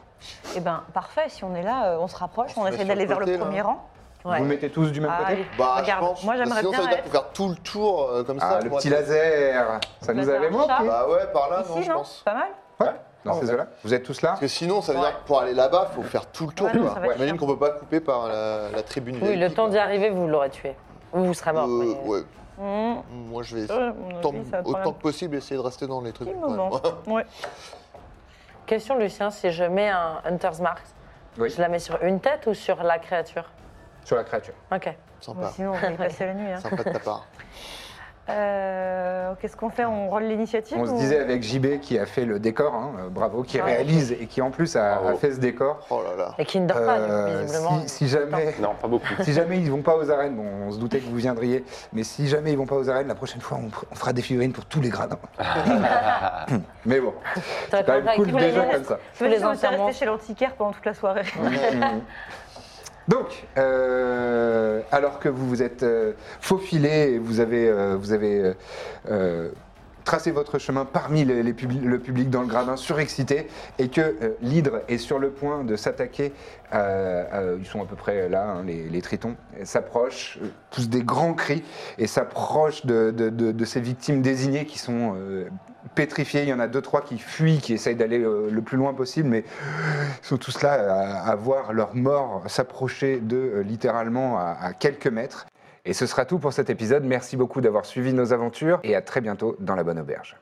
Speaker 6: Eh ben, parfait, si on est là, euh, on se rapproche,
Speaker 4: On
Speaker 6: on,
Speaker 4: se met
Speaker 6: essaie
Speaker 4: sur
Speaker 6: d'aller
Speaker 4: le
Speaker 6: vers
Speaker 4: côté,
Speaker 6: le
Speaker 4: là.
Speaker 6: premier rang.
Speaker 1: Vous
Speaker 6: Ouais.
Speaker 1: vous mettez tous du même
Speaker 6: Ah,
Speaker 1: côté
Speaker 6: allez,
Speaker 4: bah,
Speaker 6: regarde,
Speaker 4: je pense.
Speaker 6: moi j'aimerais
Speaker 4: sinon,
Speaker 6: bien.
Speaker 4: ça veut dire qu'on faire tout le tour euh, comme
Speaker 1: Ah,
Speaker 4: ça.
Speaker 1: le
Speaker 4: pour
Speaker 1: petit
Speaker 4: être-
Speaker 1: laser Ça nous
Speaker 6: laser
Speaker 1: avait
Speaker 6: en
Speaker 1: manqué
Speaker 6: chat.
Speaker 4: Bah ouais, par là,
Speaker 6: être
Speaker 4: non,
Speaker 6: ici,
Speaker 4: je
Speaker 6: non,
Speaker 4: pense.
Speaker 6: C'est Pas mal
Speaker 1: Ouais, Dans
Speaker 2: Oh,
Speaker 1: ces eaux-là Vous êtes tous là
Speaker 4: Parce que sinon, ça veut
Speaker 6: Ouais.
Speaker 4: dire que pour aller là-bas, faut faire tout le tour.
Speaker 6: Ouais, non,
Speaker 4: quoi.
Speaker 6: ça va être
Speaker 4: Imagine
Speaker 6: chiant.
Speaker 4: qu'on peut pas couper par la, la tribune.
Speaker 2: Oui,
Speaker 4: VIP,
Speaker 2: le temps
Speaker 4: quoi.
Speaker 2: d'y arriver, vous l'aurez tué. Ou vous serez mort.
Speaker 4: Euh,
Speaker 2: mais-
Speaker 4: ouais,
Speaker 6: Mmh.
Speaker 4: moi je vais
Speaker 6: Euh, mon
Speaker 4: tant-
Speaker 6: avis, ça va
Speaker 4: autant
Speaker 6: prendre
Speaker 4: que possible essayer de rester dans les
Speaker 6: un
Speaker 4: trucs.
Speaker 6: petit
Speaker 4: quand même.
Speaker 6: moment. Ouais.
Speaker 2: Question, Lucien, si je mets un Hunter's Mark,
Speaker 1: Oui.
Speaker 2: je la mets sur une tête ou sur la créature
Speaker 1: Sur la créature.
Speaker 2: Ok.
Speaker 6: Bon,
Speaker 4: Sympa,
Speaker 6: sinon, on va y passer la nuit. hein.
Speaker 4: sympa de ta part.
Speaker 6: Euh, Qu'est-ce qu'on fait On roule l'initiative
Speaker 1: On se
Speaker 6: ou-
Speaker 1: disait avec JB qui a fait le décor, hein, euh, bravo, qui
Speaker 2: Ah.
Speaker 1: réalise et qui en plus a, a
Speaker 3: Bravo.
Speaker 1: fait ce décor.
Speaker 4: Oh là là.
Speaker 2: Et qui ne dort pas, du coup,
Speaker 1: Euh,
Speaker 2: visiblement.
Speaker 1: si, si jamais.
Speaker 3: Non, pas beaucoup.
Speaker 1: Si jamais ils vont pas aux arènes, bon, on se doutait que vous viendriez, mais si jamais ils vont pas aux arènes, la prochaine fois, on, pr- on fera des figurines pour tous les gradins. mais bon, c'est quand
Speaker 2: T'aurais pas
Speaker 1: même
Speaker 2: avec
Speaker 1: cool
Speaker 2: tous
Speaker 1: des
Speaker 2: les
Speaker 1: gens
Speaker 2: gens.
Speaker 1: comme ça.
Speaker 6: Je me
Speaker 2: les
Speaker 6: dis, on était
Speaker 2: enterrements.
Speaker 6: resté chez l'antiquaire pendant toute la soirée.
Speaker 1: Mm-hmm. Donc, euh, alors que vous vous êtes euh, faufilé, et vous avez, euh, vous avez euh, euh, tracé votre chemin parmi les- les publi- le public dans le gradin surexcité, et que euh, l'hydre est sur le point de s'attaquer, euh, euh, ils sont à peu près là, hein, les, les tritons, s'approchent, euh, poussent des grands cris, et s'approchent de, de- de- de ces victimes désignées qui sont... euh, pétrifiées. il y en a deux, trois qui fuient, qui essayent d'aller euh, le plus loin possible, mais ils sont tous là à, à voir leur mort s'approcher d'eux euh, littéralement à, à quelques mètres. Et ce sera tout pour cet épisode. Merci beaucoup d'avoir suivi nos aventures et à très bientôt dans la bonne auberge.